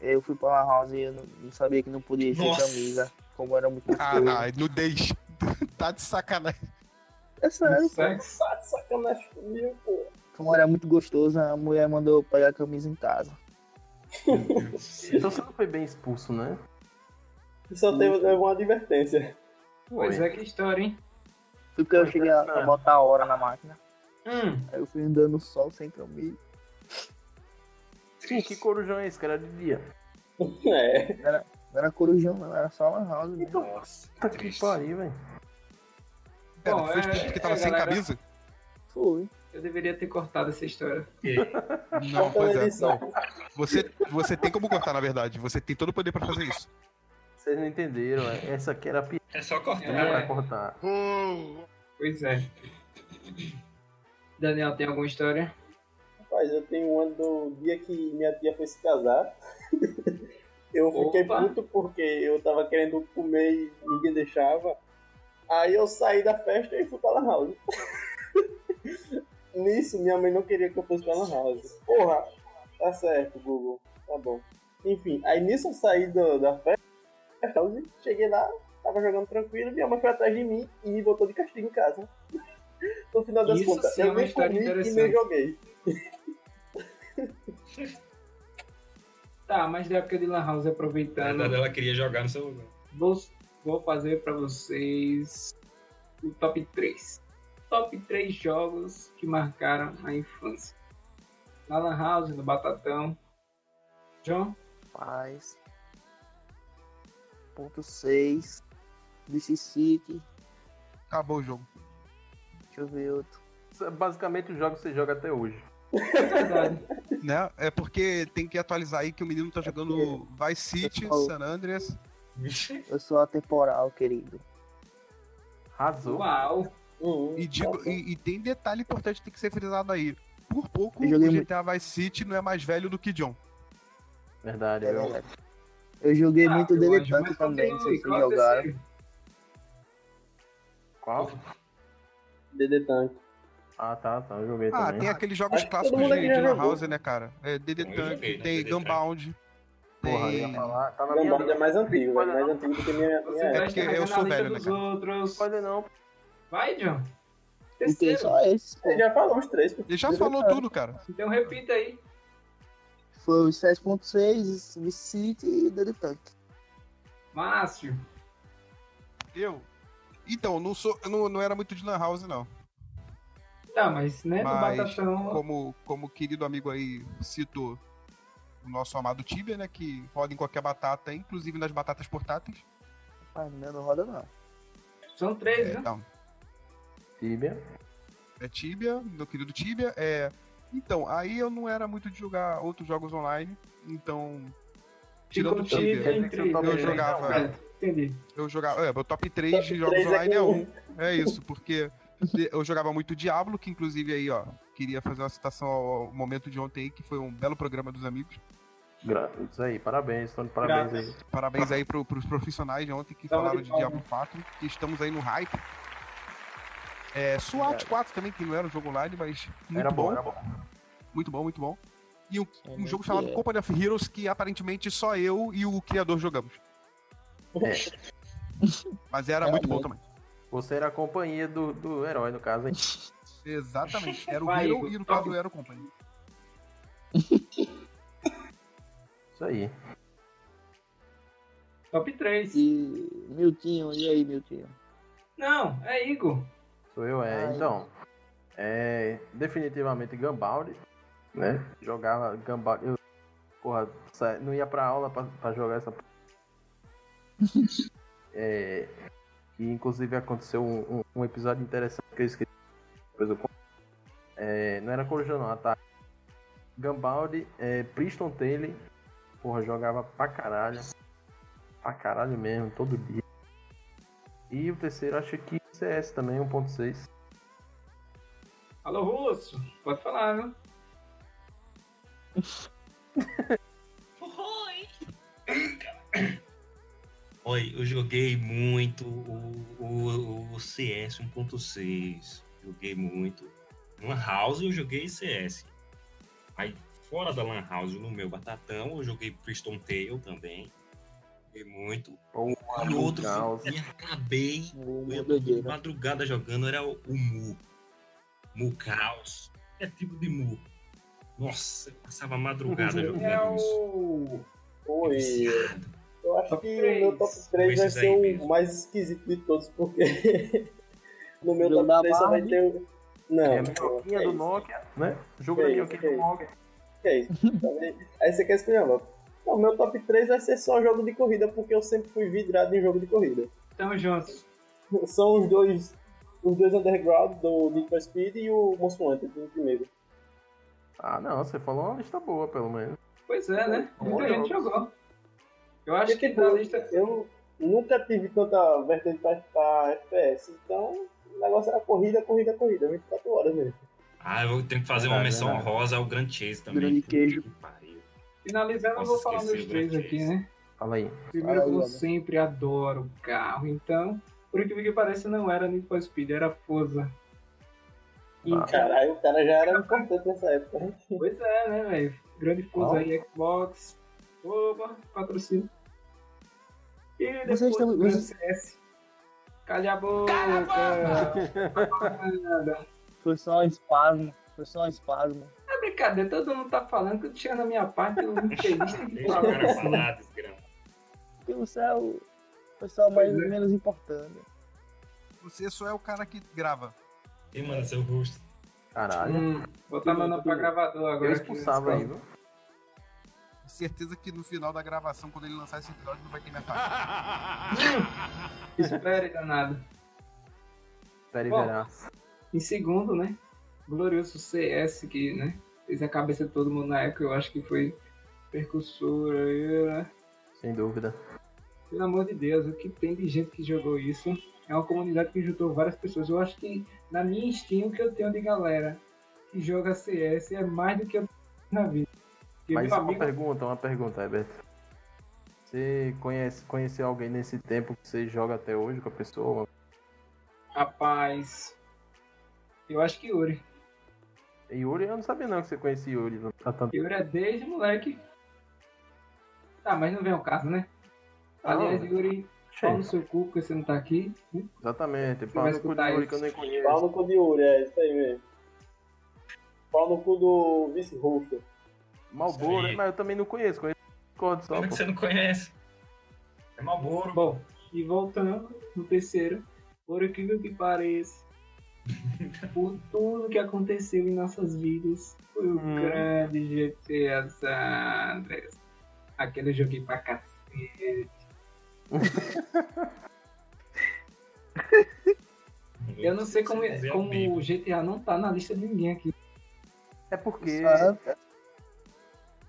[SPEAKER 3] eu fui pra Lan House e eu não, não sabia que não podia ser
[SPEAKER 4] Nossa.
[SPEAKER 3] camisa. Como era muito.
[SPEAKER 5] Ah, nudez. tá de sacanagem.
[SPEAKER 3] É sério,
[SPEAKER 1] Sexo.
[SPEAKER 6] Tá de sacanagem comigo, pô.
[SPEAKER 3] como era muito gostoso, a mulher mandou eu pegar a camisa em casa.
[SPEAKER 2] Então você não foi bem expulso, né?
[SPEAKER 6] E só teve uma advertência.
[SPEAKER 1] Pois é, que história, hein?
[SPEAKER 3] Foi porque eu cheguei a, a botar a hora na máquina.
[SPEAKER 1] Hum,
[SPEAKER 3] Aí eu fui andando sol sem camisa.
[SPEAKER 2] Sim, que corujão é esse, que era de dia?
[SPEAKER 6] É.
[SPEAKER 3] Não era corujão, não, era só Lan House
[SPEAKER 4] Então.
[SPEAKER 3] mesmo.
[SPEAKER 4] Nossa,
[SPEAKER 2] Tá
[SPEAKER 4] que
[SPEAKER 2] que
[SPEAKER 4] triste.
[SPEAKER 2] pariu, velho.
[SPEAKER 5] Pera,
[SPEAKER 1] Bom,
[SPEAKER 5] foi
[SPEAKER 1] é-
[SPEAKER 5] expulso porque
[SPEAKER 1] é,
[SPEAKER 5] tava tá sem
[SPEAKER 1] galera.
[SPEAKER 5] camisa?
[SPEAKER 3] Foi.
[SPEAKER 1] eu deveria ter cortado essa história.
[SPEAKER 5] Não, pois é.
[SPEAKER 6] edição.
[SPEAKER 5] Não. Você, você tem como cortar, na verdade. Você tem todo o poder pra fazer isso.
[SPEAKER 2] Vocês não entenderam, é. essa aqui era a piada
[SPEAKER 4] É só cortar.
[SPEAKER 1] É.
[SPEAKER 2] pra cortar.
[SPEAKER 1] Pois é. Daniel, tem alguma história?
[SPEAKER 6] Rapaz, eu tenho um ano do dia que minha tia foi se casar. Eu fiquei
[SPEAKER 1] Opa.
[SPEAKER 6] puto porque eu tava querendo comer e ninguém deixava. Aí eu saí da festa e fui pra Lan House. Nisso, minha mãe não queria que eu fosse pra Lan House. Porra, tá certo, Google. Tá bom. Enfim, aí nisso eu saí do- da festa, cheguei lá, tava jogando tranquilo, minha mãe foi atrás de mim e me botou de castigo em casa. No final das
[SPEAKER 1] Isso
[SPEAKER 6] contas,
[SPEAKER 1] sim é
[SPEAKER 6] eu
[SPEAKER 1] uma
[SPEAKER 6] nem
[SPEAKER 1] história
[SPEAKER 6] comi e nem
[SPEAKER 1] interessante.
[SPEAKER 6] joguei.
[SPEAKER 1] Tá, mas da época de Lan House,
[SPEAKER 4] Na
[SPEAKER 5] É
[SPEAKER 1] aproveitando,
[SPEAKER 4] verdade, né? ela queria jogar no seu lugar.
[SPEAKER 1] vou, vou fazer pra vocês o top 3. Top 3 jogos que marcaram a infância. Na Lan House, no Batatão. John,
[SPEAKER 3] Paz. Ponto 6. DC City.
[SPEAKER 5] Acabou o jogo.
[SPEAKER 3] Deixa eu ver outro.
[SPEAKER 2] Isso é basicamente o jogo que você joga até hoje.
[SPEAKER 1] é verdade.
[SPEAKER 5] Né? É porque tem que atualizar aí que o menino tá
[SPEAKER 1] É
[SPEAKER 5] jogando Vice City,
[SPEAKER 3] Pessoal.
[SPEAKER 5] San Andreas.
[SPEAKER 3] Eu sou atemporal, querido.
[SPEAKER 2] Arrasou.
[SPEAKER 1] Uau!
[SPEAKER 6] Uhum,
[SPEAKER 5] E, digo-
[SPEAKER 6] tá
[SPEAKER 5] e- e tem detalhe importante que tem que ser frisado aí. Por pouco,
[SPEAKER 3] Eu joguei
[SPEAKER 5] o GTA Vice City não é mais velho do que John.
[SPEAKER 2] Verdade,
[SPEAKER 3] É
[SPEAKER 2] viu?
[SPEAKER 3] verdade. Eu joguei
[SPEAKER 1] Ah,
[SPEAKER 3] muito
[SPEAKER 1] meu
[SPEAKER 3] dele
[SPEAKER 1] anjo,
[SPEAKER 3] tanto
[SPEAKER 1] mas
[SPEAKER 3] também, não
[SPEAKER 1] continue,
[SPEAKER 3] sei se
[SPEAKER 1] qual
[SPEAKER 3] vocês
[SPEAKER 1] é o
[SPEAKER 3] jogaram.
[SPEAKER 1] terceiro?
[SPEAKER 2] Qual?
[SPEAKER 6] bom. DD Tank.
[SPEAKER 2] Ah, tá, tá. Eu joguei
[SPEAKER 5] Ah,
[SPEAKER 2] também.
[SPEAKER 5] tem aqueles jogos
[SPEAKER 6] Acho que
[SPEAKER 5] clássicos
[SPEAKER 6] todo mundo é
[SPEAKER 5] de,
[SPEAKER 6] aqui já
[SPEAKER 5] de Lan
[SPEAKER 6] jogou.
[SPEAKER 5] House, né, cara? É DD
[SPEAKER 4] Eu
[SPEAKER 5] Tank,
[SPEAKER 4] joguei, né,
[SPEAKER 5] tem
[SPEAKER 4] DD Tank.
[SPEAKER 5] Gunbound.
[SPEAKER 2] Porra, eu
[SPEAKER 5] Tem...
[SPEAKER 2] ia falar. Tá na minha
[SPEAKER 6] Gambard é
[SPEAKER 2] lista.
[SPEAKER 6] mais antigo,
[SPEAKER 2] Olha,
[SPEAKER 6] velho. Mais
[SPEAKER 2] não.
[SPEAKER 6] antigo do que minha, minha
[SPEAKER 1] Você
[SPEAKER 5] É
[SPEAKER 1] já
[SPEAKER 6] época.
[SPEAKER 5] porque
[SPEAKER 1] está
[SPEAKER 5] eu
[SPEAKER 1] na
[SPEAKER 5] sou
[SPEAKER 1] lista
[SPEAKER 5] velho, né,
[SPEAKER 1] dos
[SPEAKER 5] cara?
[SPEAKER 1] outros.
[SPEAKER 2] Olha não.
[SPEAKER 1] Vai, John.
[SPEAKER 3] Não tem
[SPEAKER 1] Terceiro.
[SPEAKER 3] só esse, pô.
[SPEAKER 6] Ele já falou os três. pô.
[SPEAKER 5] Ele já
[SPEAKER 3] DD
[SPEAKER 5] falou
[SPEAKER 3] Tank.
[SPEAKER 5] tudo, cara.
[SPEAKER 1] Então repita aí.
[SPEAKER 3] Foi o 7.6, Vice City e Dirty Tank.
[SPEAKER 1] Márcio.
[SPEAKER 5] Eu. Então, não sou, eu não, não era muito de Lan House, não.
[SPEAKER 1] Tá, mas né,
[SPEAKER 5] Mas,
[SPEAKER 1] no Batatão.
[SPEAKER 5] como, como o querido amigo aí citou, o nosso amado Tibia, né? Que roda em qualquer batata, inclusive nas batatas portáteis.
[SPEAKER 3] Mas Ah, não, não roda não.
[SPEAKER 1] São três, né?
[SPEAKER 5] Então,
[SPEAKER 2] Tíbia.
[SPEAKER 5] é Tibia, meu querido Tibia. É... Então, aí eu não era muito de jogar outros jogos online, então. Tirando o
[SPEAKER 1] Ficou
[SPEAKER 5] Tibia,
[SPEAKER 1] Tibia em três.
[SPEAKER 2] Eu
[SPEAKER 1] né?
[SPEAKER 5] jogava-
[SPEAKER 1] É, entendi.
[SPEAKER 5] eu jogava. É, meu top 3
[SPEAKER 6] Top
[SPEAKER 5] de jogos
[SPEAKER 6] três é
[SPEAKER 5] online é
[SPEAKER 6] com-
[SPEAKER 5] um. É isso, porque eu jogava muito Diablo, que inclusive aí, ó, queria fazer uma citação ao ao momento de ontem aí, que foi um belo programa dos amigos.
[SPEAKER 2] Gra- Isso aí, parabéns, Tony, parabéns
[SPEAKER 1] Graças.
[SPEAKER 2] aí.
[SPEAKER 5] Parabéns aí pro, pros profissionais de ontem que
[SPEAKER 1] Salve
[SPEAKER 5] falaram
[SPEAKER 1] de
[SPEAKER 5] de
[SPEAKER 1] palmas.
[SPEAKER 5] Diablo 4, que estamos aí no hype. É, SWAT
[SPEAKER 2] Obrigado.
[SPEAKER 5] 4 também, que não era um jogo online, mas muito
[SPEAKER 2] Era
[SPEAKER 5] bom,
[SPEAKER 2] bom, era bom.
[SPEAKER 5] muito bom, muito bom. E um, um
[SPEAKER 3] muito
[SPEAKER 5] jogo chamado
[SPEAKER 3] é.
[SPEAKER 5] Company of Heroes, que aparentemente só eu e o criador jogamos.
[SPEAKER 2] É.
[SPEAKER 5] Mas era
[SPEAKER 3] Era
[SPEAKER 5] muito bom
[SPEAKER 3] bom.
[SPEAKER 5] também.
[SPEAKER 2] Você era a companhia do, do herói, no caso, é hein?
[SPEAKER 5] Exatamente. Era o
[SPEAKER 1] Vai,
[SPEAKER 5] Hero
[SPEAKER 1] Igor,
[SPEAKER 5] e o
[SPEAKER 1] toca.
[SPEAKER 5] Pablo era o Company.
[SPEAKER 2] Isso aí.
[SPEAKER 1] Top 3.
[SPEAKER 3] E Miltinho, e aí, Miltinho?
[SPEAKER 1] Não, é Igor.
[SPEAKER 2] Sou eu, é.
[SPEAKER 3] Ah,
[SPEAKER 2] então, é, definitivamente Gambaldi, né? Jogava Gambaldi. Eu, porra, sa- não ia pra aula pra, pra jogar essa. p- é, e inclusive aconteceu um, um- um episódio interessante que eu esqueci. Depois eu conto. É, não era coruja, não, tá? Gambaldi, é, Priston Taylor, porra, jogava pra caralho. Pra caralho mesmo, todo dia. E o terceiro, acho que CS também, 1.6.
[SPEAKER 1] Alô, Russo. Pode falar, né? viu?
[SPEAKER 4] Oi! Oi, eu joguei muito o, o, o CS 1.6. Joguei muito. Lan House eu joguei CS. Aí fora da Lan House, no meu Batatão, eu joguei Priston Tail também. Joguei muito. e outro
[SPEAKER 2] Caos.
[SPEAKER 4] que eu me acabei
[SPEAKER 3] O
[SPEAKER 4] eu
[SPEAKER 3] meu
[SPEAKER 4] tô de
[SPEAKER 3] doideira.
[SPEAKER 4] madrugada jogando era o, o Mu. Mu Caos. É tipo de Mu. Nossa, eu passava a madrugada jogando
[SPEAKER 1] É
[SPEAKER 4] isso.
[SPEAKER 1] o.
[SPEAKER 6] Oi.
[SPEAKER 4] Viciado.
[SPEAKER 6] Eu acho
[SPEAKER 1] Top
[SPEAKER 6] que
[SPEAKER 1] três.
[SPEAKER 6] meu top 3 vai
[SPEAKER 4] Esses
[SPEAKER 6] ser
[SPEAKER 4] aí
[SPEAKER 6] o
[SPEAKER 4] mesmo.
[SPEAKER 6] mais esquisito de todos, porque no meu
[SPEAKER 3] Jogo da
[SPEAKER 6] top 3 só vai
[SPEAKER 3] Barbie.
[SPEAKER 6] ter o. Não,
[SPEAKER 2] É a
[SPEAKER 6] pô,
[SPEAKER 2] minhoquinha
[SPEAKER 6] é
[SPEAKER 2] do
[SPEAKER 6] isso,
[SPEAKER 2] Nokia, né? Jogo
[SPEAKER 6] É
[SPEAKER 2] da
[SPEAKER 6] isso,
[SPEAKER 2] minhoquinha
[SPEAKER 6] é
[SPEAKER 2] do
[SPEAKER 6] isso.
[SPEAKER 2] Nokia.
[SPEAKER 6] é isso. Aí- Aí você quer escolher uma. Não, meu top 3 vai ser só jogo de corrida, porque eu sempre fui vidrado em jogo de corrida.
[SPEAKER 1] Tamo junto.
[SPEAKER 6] São os dois. Os dois underground do Need for Speed e o Most Wanted em primeiro.
[SPEAKER 2] Ah, não, você falou uma lista boa, pelo menos.
[SPEAKER 1] Pois é, né?
[SPEAKER 2] Bom
[SPEAKER 1] Muita
[SPEAKER 2] jogo.
[SPEAKER 1] gente jogou. Eu acho
[SPEAKER 3] tá
[SPEAKER 1] que da lista.
[SPEAKER 6] Eu nunca tive tanta vertente pra, pra FPS, então o negócio era corrida, corrida, corrida, 24 horas mesmo.
[SPEAKER 4] Ah, eu vou ter que fazer uma
[SPEAKER 2] Verdade,
[SPEAKER 4] menção
[SPEAKER 2] verdade.
[SPEAKER 4] rosa ao Grand Chase também.
[SPEAKER 3] Grande queijo.
[SPEAKER 4] Que pariu.
[SPEAKER 1] Finalizando, eu vou
[SPEAKER 4] Posso
[SPEAKER 1] falar meus
[SPEAKER 4] esquecer
[SPEAKER 1] três
[SPEAKER 4] o Grand
[SPEAKER 1] aqui,
[SPEAKER 4] Chase.
[SPEAKER 1] né?
[SPEAKER 2] Fala aí.
[SPEAKER 1] Primeiro,
[SPEAKER 3] Fala aí,
[SPEAKER 1] como
[SPEAKER 3] Adam.
[SPEAKER 1] sempre, adoro carro. Então, por incrível que pareça, não era Need for Speed, era Forza.
[SPEAKER 2] Ah.
[SPEAKER 1] Então,
[SPEAKER 6] Caralho, o cara já era importante nessa época. né?
[SPEAKER 1] Pois é, né, velho? Grande Forza
[SPEAKER 2] Ó.
[SPEAKER 1] aí, Xbox. Opa, patrocínio. E depois
[SPEAKER 3] Vocês
[SPEAKER 2] tá-
[SPEAKER 3] estão-
[SPEAKER 1] o grande CS. Calha a boca!
[SPEAKER 3] Foi só um espasmo, foi só um espasmo.
[SPEAKER 1] É brincadeira, todo mundo tá falando que eu tinha na minha parte, eu não feliz tem que
[SPEAKER 4] Deixa o
[SPEAKER 1] falar.
[SPEAKER 4] cara falar, desgraça.
[SPEAKER 3] Porque você é o pessoal mais
[SPEAKER 1] Pois é.
[SPEAKER 3] menos importante.
[SPEAKER 5] Você só é o cara que grava.
[SPEAKER 4] Quem manda seu rosto?
[SPEAKER 2] Caralho.
[SPEAKER 1] Hum, botar meu nome pra gravador agora.
[SPEAKER 2] Eu
[SPEAKER 1] aqui,
[SPEAKER 2] expulsava
[SPEAKER 1] né?
[SPEAKER 2] aí, viu?
[SPEAKER 5] Certeza que no final da gravação, quando ele lançar esse episódio, não vai ter minha parte.
[SPEAKER 1] Espere, é danado.
[SPEAKER 2] Espera e
[SPEAKER 1] Bom.
[SPEAKER 2] verá.
[SPEAKER 1] Em segundo, né? Glorioso CS, que, né? Fez a cabeça de todo mundo na época, eu acho que foi percussor. aí, né?
[SPEAKER 2] Sem dúvida.
[SPEAKER 1] Pelo amor de Deus, o que tem de gente que jogou isso? É uma comunidade que juntou várias pessoas. Eu acho que na minha Steam, o que eu tenho de galera que joga CS é mais do que eu tenho na vida. Porque
[SPEAKER 2] Mas
[SPEAKER 1] meu
[SPEAKER 2] uma
[SPEAKER 1] amigo,
[SPEAKER 2] pergunta, uma pergunta, Herbert. Você conhece, conheceu alguém nesse tempo que você joga até hoje com a pessoa?
[SPEAKER 1] rapaz. Eu acho que Yuri.
[SPEAKER 2] E Yuri, eu não sabia não que você conhecia Yuri há tanto
[SPEAKER 1] Yuri é desde moleque. Tá, mas não vem ao caso, né?
[SPEAKER 2] Ah,
[SPEAKER 1] Aliás,
[SPEAKER 2] não.
[SPEAKER 1] Yuri, pau no
[SPEAKER 2] tempo.
[SPEAKER 1] seu cu, porque você não tá aqui.
[SPEAKER 2] Exatamente.
[SPEAKER 1] vai
[SPEAKER 2] Paulo
[SPEAKER 1] escutar
[SPEAKER 2] Yuri,
[SPEAKER 1] isso.
[SPEAKER 2] que eu nem
[SPEAKER 6] Pau
[SPEAKER 2] conheço.
[SPEAKER 6] no cu de Uri, é isso aí mesmo. Pau no cu do vice Hulk.
[SPEAKER 2] Malboro,
[SPEAKER 4] Isso
[SPEAKER 2] né?
[SPEAKER 4] aí.
[SPEAKER 2] mas eu também não conheço. Conheço o Discord só,
[SPEAKER 4] Como é
[SPEAKER 2] pô.
[SPEAKER 4] que você não conhece? É Malboro.
[SPEAKER 1] Bom, e voltando no terceiro, por incrível que pareça, por tudo que aconteceu em nossas vidas, foi o
[SPEAKER 2] Hum.
[SPEAKER 1] grande GTA San Andreas. Aquele eu joguei pra cacete. Eu não sei como,
[SPEAKER 4] Você é
[SPEAKER 1] como
[SPEAKER 4] amigo.
[SPEAKER 1] o GTA não tá na lista de ninguém aqui.
[SPEAKER 2] É porque...
[SPEAKER 3] Sabe?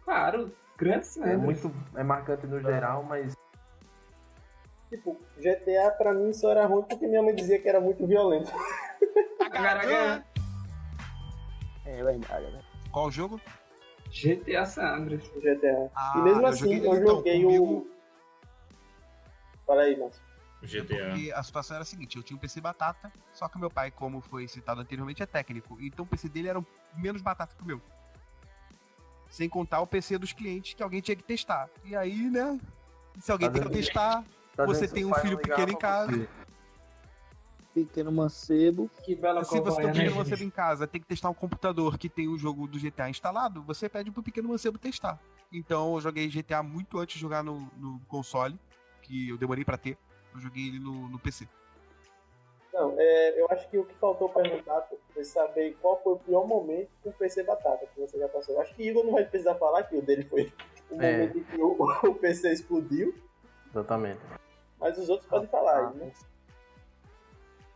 [SPEAKER 1] Claro, grande San
[SPEAKER 2] É
[SPEAKER 1] Andreas.
[SPEAKER 2] muito é marcante no geral, mas
[SPEAKER 6] Tipo, GTA pra mim só era ruim porque minha mãe dizia que era muito violento.
[SPEAKER 1] Caraca,
[SPEAKER 3] É verdade, né?
[SPEAKER 5] Qual o jogo?
[SPEAKER 1] GTA San Andreas.
[SPEAKER 6] o GTA.
[SPEAKER 5] Ah,
[SPEAKER 6] E mesmo
[SPEAKER 5] eu
[SPEAKER 6] assim,
[SPEAKER 5] joguei-
[SPEAKER 6] eu
[SPEAKER 5] então,
[SPEAKER 6] joguei
[SPEAKER 5] comigo-
[SPEAKER 6] o. Fala aí, Márcio.
[SPEAKER 4] O GTA.
[SPEAKER 5] Porque a situação era a seguinte, eu tinha um PC batata, só que o meu pai, como foi citado anteriormente, é técnico. Então o PC dele era menos batata que o meu. Sem contar o PC dos clientes que alguém tinha que testar. E aí, né? Se alguém
[SPEAKER 2] Tá
[SPEAKER 5] tem que
[SPEAKER 2] vendo?
[SPEAKER 5] testar,
[SPEAKER 2] tá
[SPEAKER 5] Você
[SPEAKER 2] vendo?
[SPEAKER 5] tem
[SPEAKER 2] Seu
[SPEAKER 5] um
[SPEAKER 2] pai
[SPEAKER 5] filho
[SPEAKER 2] não ligava
[SPEAKER 5] pequeno em
[SPEAKER 2] pra
[SPEAKER 5] casa.
[SPEAKER 2] você.
[SPEAKER 3] pequeno mancebo.
[SPEAKER 1] Que bela
[SPEAKER 5] Se você tem um
[SPEAKER 1] covarde,
[SPEAKER 5] pequeno
[SPEAKER 1] né,
[SPEAKER 5] mancebo em casa, tem que testar um computador que tem o jogo do GTA instalado, você pede pro pequeno mancebo testar. Então eu joguei GTA muito antes de jogar no, no console, que eu demorei pra ter. Eu joguei ele no, no PC.
[SPEAKER 6] Não, é, eu acho que o que faltou perguntar foi saber qual foi o pior momento com o PC Batata que você já passou. Eu acho que Igor não vai precisar falar que o dele foi o
[SPEAKER 2] É.
[SPEAKER 6] momento em que o, o PC explodiu,
[SPEAKER 2] Exatamente.
[SPEAKER 6] mas os outros podem
[SPEAKER 3] Ah,
[SPEAKER 6] falar, aí, né?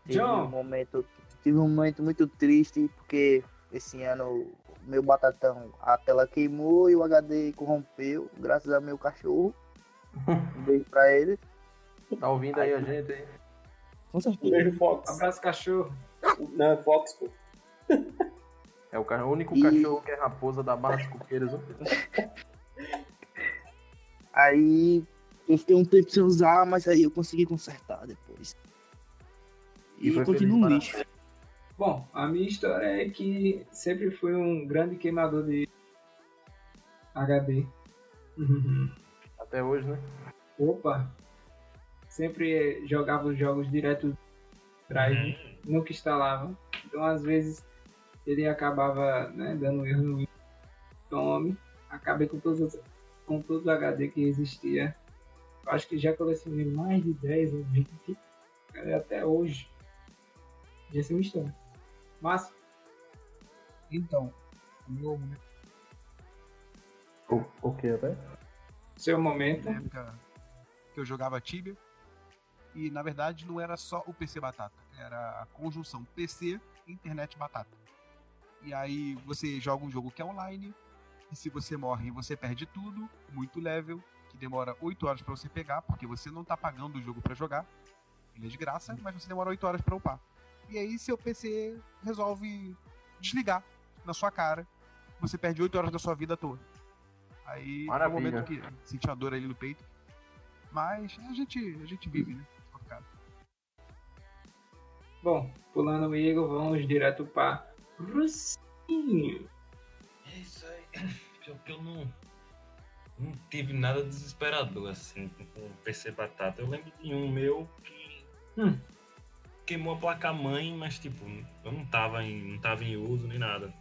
[SPEAKER 3] Teve
[SPEAKER 1] John.
[SPEAKER 3] um momento, tive um momento muito triste porque esse ano meu batatão, a tela queimou e o HD corrompeu, graças a meu cachorro. Um beijo pra ele.
[SPEAKER 2] Tá ouvindo aí a gente, hein?
[SPEAKER 3] Com
[SPEAKER 6] Um
[SPEAKER 3] certeza.
[SPEAKER 6] beijo Fox.
[SPEAKER 1] Abraço, cachorro.
[SPEAKER 6] Não, Fox, pô.
[SPEAKER 2] É o, ca- o único
[SPEAKER 3] E-
[SPEAKER 2] cachorro que é raposa da Barra dos Coqueiros. né? ó.
[SPEAKER 3] Aí eu fiquei um tempo sem usar, mas aí eu consegui consertar depois.
[SPEAKER 2] E
[SPEAKER 3] E,
[SPEAKER 2] foi
[SPEAKER 3] continua
[SPEAKER 2] feliz
[SPEAKER 3] um
[SPEAKER 2] para
[SPEAKER 3] lixo.
[SPEAKER 1] Bom, a minha história é que sempre fui um grande queimador de HD.
[SPEAKER 2] Até hoje, né?
[SPEAKER 1] Opa! Sempre jogava os jogos direto do
[SPEAKER 4] Uhum.
[SPEAKER 1] drive, nunca instalava. Então às vezes ele acabava né, dando erro no Windows. Então, homem, acabei com todos, os- com todo o HD que existia. Eu acho que já colecionei mais de 10 ou 20. cara, até hoje. Já se mistura. Mas
[SPEAKER 8] Então, o meu momento
[SPEAKER 2] O, o que, né?
[SPEAKER 1] seu momento.
[SPEAKER 5] Na época que eu jogava Tibia. E na verdade não era só o PC Batata, era a conjunção PC, internet batata. E aí você joga um jogo que é online, e se você morre, você perde tudo, muito level, que demora 8 horas pra você pegar, porque você não tá pagando o jogo pra jogar. Ele é de graça, mas você demora 8 horas pra upar. E aí seu PC resolve desligar na sua cara. Você perde 8 horas da sua vida à toa. Aí foi um
[SPEAKER 2] Maravilha.
[SPEAKER 5] momento que eu senti uma dor ali no peito. Mas a gente, a gente vive, né? Complicado.
[SPEAKER 1] Bom, pulando o Igor, vamos direto para Russinho.
[SPEAKER 4] É isso aí. Pior que eu não, não tive nada desesperador assim com o PC Batata. Eu lembro de um meu que hum, queimou a placa-mãe, mas tipo, eu não tava em, não tava em uso nem nada.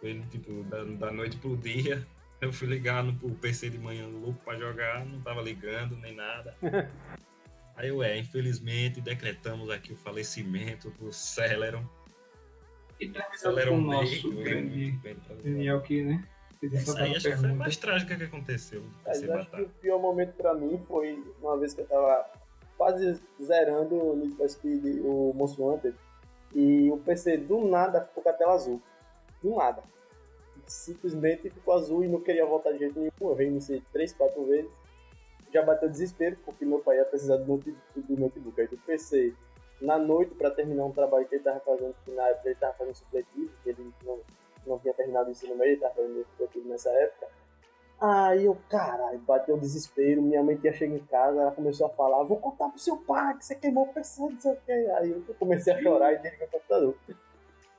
[SPEAKER 4] Foi tipo, da, da noite pro dia. Eu fui ligar no pro PC de manhã louco pra jogar, não tava ligando nem nada. Aí eu é, infelizmente decretamos aqui o falecimento do Celeron.
[SPEAKER 1] E terminando tá com
[SPEAKER 4] Celeron
[SPEAKER 1] o
[SPEAKER 4] Day,
[SPEAKER 1] nosso
[SPEAKER 4] que eu lembro
[SPEAKER 1] grande
[SPEAKER 4] muito bem do programa.
[SPEAKER 1] Daniel aqui, né? Fez
[SPEAKER 4] Isso
[SPEAKER 1] essa
[SPEAKER 4] né? aí acho que foi a
[SPEAKER 1] pergunta.
[SPEAKER 4] mais trágica que aconteceu.
[SPEAKER 6] Mas
[SPEAKER 4] Tá Sem
[SPEAKER 6] eu acho que
[SPEAKER 4] batata.
[SPEAKER 6] o pior momento pra mim foi uma vez que eu tava quase zerando o Need for Speed, o Most Wanted, e o PC do nada ficou com a tela azul. Do nada. Simplesmente ficou azul e não queria voltar de jeito nenhum. Eu reiniciei três, quatro vezes. Já bateu desespero, porque meu pai ia precisar do notebook, do notebook aí do PC na noite pra terminar um trabalho que ele tava fazendo, que na época ele tava fazendo supletivo, que ele não, não tinha terminado o ensino médio, ele tava fazendo supletivo nessa época. Aí eu, caralho, bateu o desespero. Minha mãe tinha chegado em casa, ela começou a falar: Vou contar pro seu pai que você queimou o PC, não sei o quê. Aí eu comecei a chorar e desliguei o computador.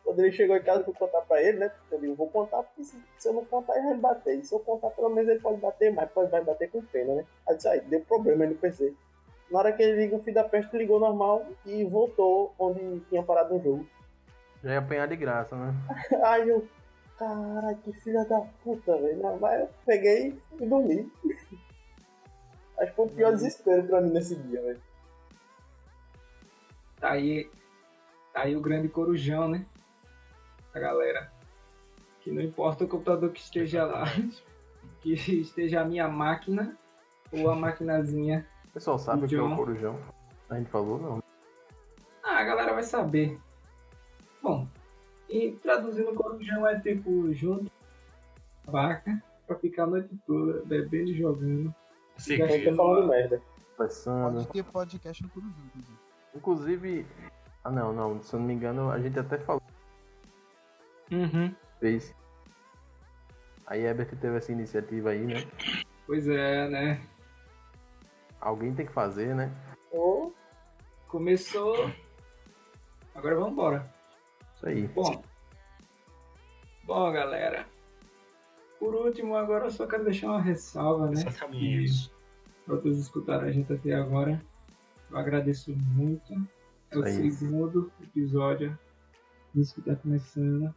[SPEAKER 6] Quando ele chegou em casa, eu fui contar pra ele, né? Eu digo: Vou contar, porque se, se eu não contar, ele vai me bater. E se eu contar, pelo menos ele pode bater, mas pode, vai bater com pena, né? Aí eu disse: Aí, deu problema aí no PC. Na hora que ele liga o fio da peste, ligou normal e voltou onde tinha parado no jogo.
[SPEAKER 2] Já ia apanhar de graça, né?
[SPEAKER 6] Aí eu, cara, que filha da puta, velho. Não, Mas eu peguei e dormi. Acho que foi o pior
[SPEAKER 5] Uhum.
[SPEAKER 6] desespero pra mim nesse dia, velho.
[SPEAKER 1] Tá aí, tá aí o grande corujão, né? A galera. Que não importa o computador que esteja lá, que esteja a minha máquina ou a maquinazinha.
[SPEAKER 2] O pessoal sabe o que é
[SPEAKER 1] John.
[SPEAKER 2] o corujão. A gente falou, não.
[SPEAKER 1] Ah, a galera vai saber. Bom, e traduzindo corujão é tipo junto com a vaca pra ficar a noite toda bebendo e jogando.
[SPEAKER 6] Eu tô
[SPEAKER 4] Seguido.
[SPEAKER 6] falando merda.
[SPEAKER 2] Pensando.
[SPEAKER 8] pode ter podcast no Corujão, inclusive.
[SPEAKER 2] Inclusive. Ah, não, não. Se eu não me engano, a gente até falou
[SPEAKER 1] Uhum.
[SPEAKER 2] uma vez. A Ebert teve essa iniciativa aí, né?
[SPEAKER 1] Pois é, né?
[SPEAKER 2] Alguém tem que fazer, né?
[SPEAKER 6] Ô,
[SPEAKER 1] Começou. Agora vamos embora.
[SPEAKER 2] Isso aí.
[SPEAKER 1] Bom. Bom, galera. Por último, agora eu só quero deixar uma ressalva, né?
[SPEAKER 4] Exatamente.
[SPEAKER 1] Pra todos escutarem a gente até agora. Eu agradeço muito É o
[SPEAKER 2] É isso.
[SPEAKER 1] segundo episódio. Isso que tá começando.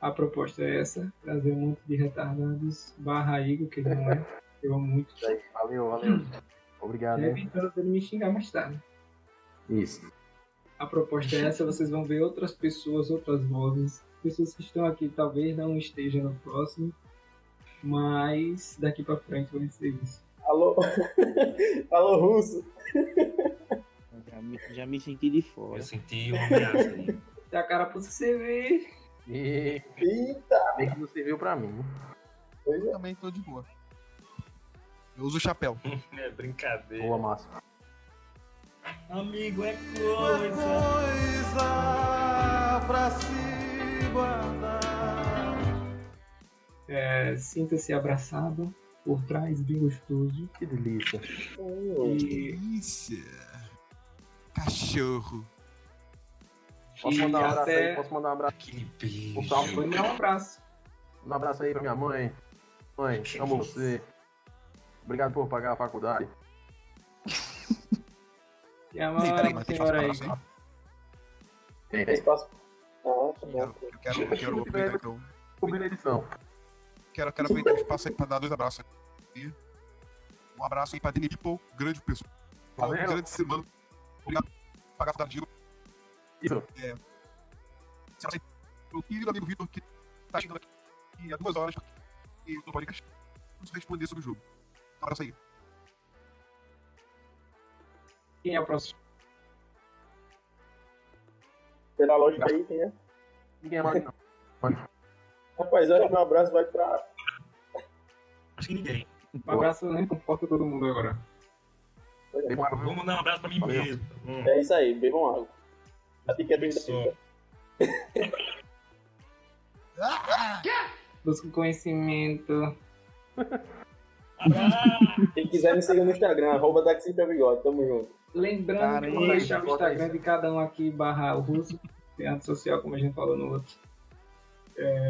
[SPEAKER 1] A proposta é essa, trazer um monte de retardados barra Igor, que ele não é. Eu amo muito.
[SPEAKER 2] Isso aí, Valeu, valeu. Obrigado, hein?
[SPEAKER 1] Deve então ele me xingar mais tarde.
[SPEAKER 2] Isso.
[SPEAKER 1] A proposta é essa, vocês vão ver outras pessoas, outras vozes. Pessoas que estão aqui talvez não estejam no próximo. Mas daqui pra frente vai ser isso.
[SPEAKER 6] Alô, alô russo.
[SPEAKER 3] Já me, já me senti de fora.
[SPEAKER 4] Eu senti uma ameaça aí.
[SPEAKER 1] Tá cara pra você ver.
[SPEAKER 2] E
[SPEAKER 6] Eita,
[SPEAKER 2] bem que não serviu pra mim.
[SPEAKER 6] pois é.
[SPEAKER 5] Também tô de boa. Eu uso o chapéu.
[SPEAKER 4] É brincadeira.
[SPEAKER 2] Boa, Márcio.
[SPEAKER 4] Amigo, é coisa.
[SPEAKER 8] Coisa pra se guardar.
[SPEAKER 1] É, Sinta-se abraçado por trás, bem gostoso.
[SPEAKER 2] Que delícia.
[SPEAKER 6] Hum,
[SPEAKER 1] E
[SPEAKER 5] Delícia. Cachorro.
[SPEAKER 2] Posso
[SPEAKER 1] E
[SPEAKER 2] mandar um abraço
[SPEAKER 1] até-
[SPEAKER 2] aí? Posso mandar um abraço?
[SPEAKER 4] Aquele beijo.
[SPEAKER 2] Um salve
[SPEAKER 1] foi dar um abraço.
[SPEAKER 2] Um abraço aí pra minha mãe. Mãe, amo você. Obrigado por pagar a faculdade.
[SPEAKER 1] E a
[SPEAKER 5] Ei, peraí, mas tem né?
[SPEAKER 1] senhora aí.
[SPEAKER 5] espaço pra
[SPEAKER 6] espaço. Ah, tá bom.
[SPEAKER 5] Eu quero, eu quero, eu quero aproveitar que eu-
[SPEAKER 2] Combina a edição.
[SPEAKER 5] Quero, quero aproveitar o espaço aí pra dar dois abraços aqui. Um abraço aí pra Dini People, grande pessoa. Uma
[SPEAKER 2] Valeu.
[SPEAKER 5] grande semana. Obrigado por pagar a faculdade de
[SPEAKER 2] Isso.
[SPEAKER 5] Será que meu querido amigo Vitor, que tá chegando aqui há duas horas e eu tô podcast, vamos responder sobre o jogo. Um abraço aí.
[SPEAKER 1] Quem é o próximo?
[SPEAKER 6] Pela lógica aí, quem é?
[SPEAKER 2] Ninguém é mais não.
[SPEAKER 6] Rapaz, olha, meu abraço vai pra.
[SPEAKER 4] Acho que ninguém.
[SPEAKER 1] Um abraço, né? Conforta todo mundo agora.
[SPEAKER 2] Tem uma-
[SPEAKER 4] Vou mandar um abraço pra mim
[SPEAKER 2] Valeu.
[SPEAKER 4] mesmo. tá bom?
[SPEAKER 6] É isso aí, bebam água. A dica é do
[SPEAKER 4] Pessoal.
[SPEAKER 1] Busque conhecimento.
[SPEAKER 6] Quem quiser me seguir no Instagram, arroba Taxi pra Bigode, tamo junto.
[SPEAKER 1] Lembrando de
[SPEAKER 2] Caramba,
[SPEAKER 1] deixar o
[SPEAKER 2] bota
[SPEAKER 1] Instagram
[SPEAKER 2] isso.
[SPEAKER 1] de cada um aqui, barra o russo. Tem a rede social, como a gente falou no outro.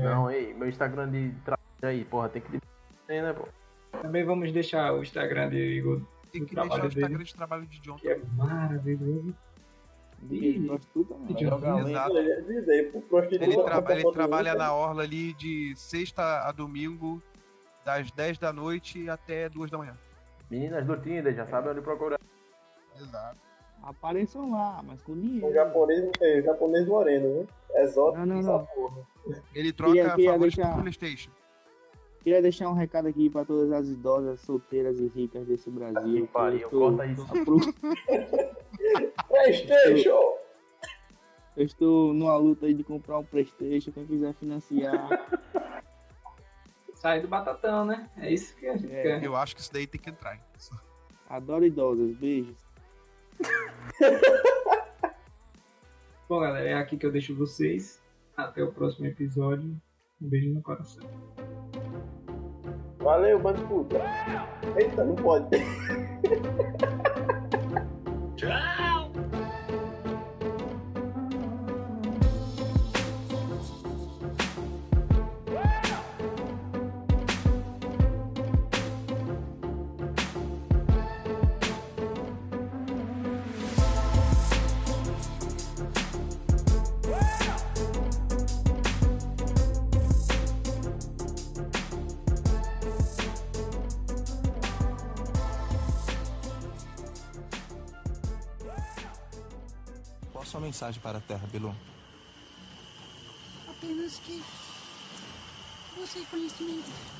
[SPEAKER 2] Não, ei, meu Instagram de trabalho aí, porra, tem que tem, né, pô?
[SPEAKER 1] Também vamos deixar o Instagram de Igor,
[SPEAKER 5] Tem que
[SPEAKER 1] O trabalho
[SPEAKER 5] deixar o
[SPEAKER 1] dele.
[SPEAKER 5] Instagram de trabalho de John.
[SPEAKER 1] que é maravilhoso.
[SPEAKER 3] Ele gosta de tudo, mano.
[SPEAKER 1] Ih,
[SPEAKER 3] Joga
[SPEAKER 1] João,
[SPEAKER 3] além.
[SPEAKER 5] Exato.
[SPEAKER 6] Eu ia é dizer, pro prostituta. tá
[SPEAKER 5] Ele, traba-
[SPEAKER 6] pra
[SPEAKER 5] ele
[SPEAKER 6] foto
[SPEAKER 5] trabalha
[SPEAKER 6] bonita.
[SPEAKER 5] na orla ali de sexta a domingo, das 10 da noite até 2 da manhã.
[SPEAKER 2] Meninas do Tinder, já sabem onde procurar.
[SPEAKER 5] Exato.
[SPEAKER 3] Apareçam lá, mas com
[SPEAKER 6] Um
[SPEAKER 3] dinheiro.
[SPEAKER 6] japonês, é, um japonês moreno, né? Exótico.
[SPEAKER 3] Não, não,
[SPEAKER 6] essa
[SPEAKER 3] não.
[SPEAKER 6] porra.
[SPEAKER 5] Ele troca
[SPEAKER 3] Queria- queria
[SPEAKER 5] favores
[SPEAKER 3] deixar-
[SPEAKER 5] por Playstation.
[SPEAKER 3] Queria deixar um recado aqui pra todas as idosas, solteiras e ricas desse Brasil.
[SPEAKER 2] Que pariu,
[SPEAKER 3] eu, tô-
[SPEAKER 2] corta isso.
[SPEAKER 3] a pro-
[SPEAKER 6] Playstation!
[SPEAKER 3] eu estou numa luta aí de comprar um Playstation, quem quiser financiar.
[SPEAKER 1] Sai do batatão, né? É isso que a gente
[SPEAKER 3] É.
[SPEAKER 1] quer.
[SPEAKER 5] Eu acho que isso daí tem que entrar. hein? Isso.
[SPEAKER 3] Adoro idosas, beijos.
[SPEAKER 1] Bom, galera, é aqui que eu deixo vocês. Até o próximo episódio. Um beijo no coração.
[SPEAKER 6] Valeu, bando de puta. Eita, não pode.
[SPEAKER 4] Tchau!
[SPEAKER 8] Qual a sua mensagem para a Terra, Belo?
[SPEAKER 9] apenas que você conhecimento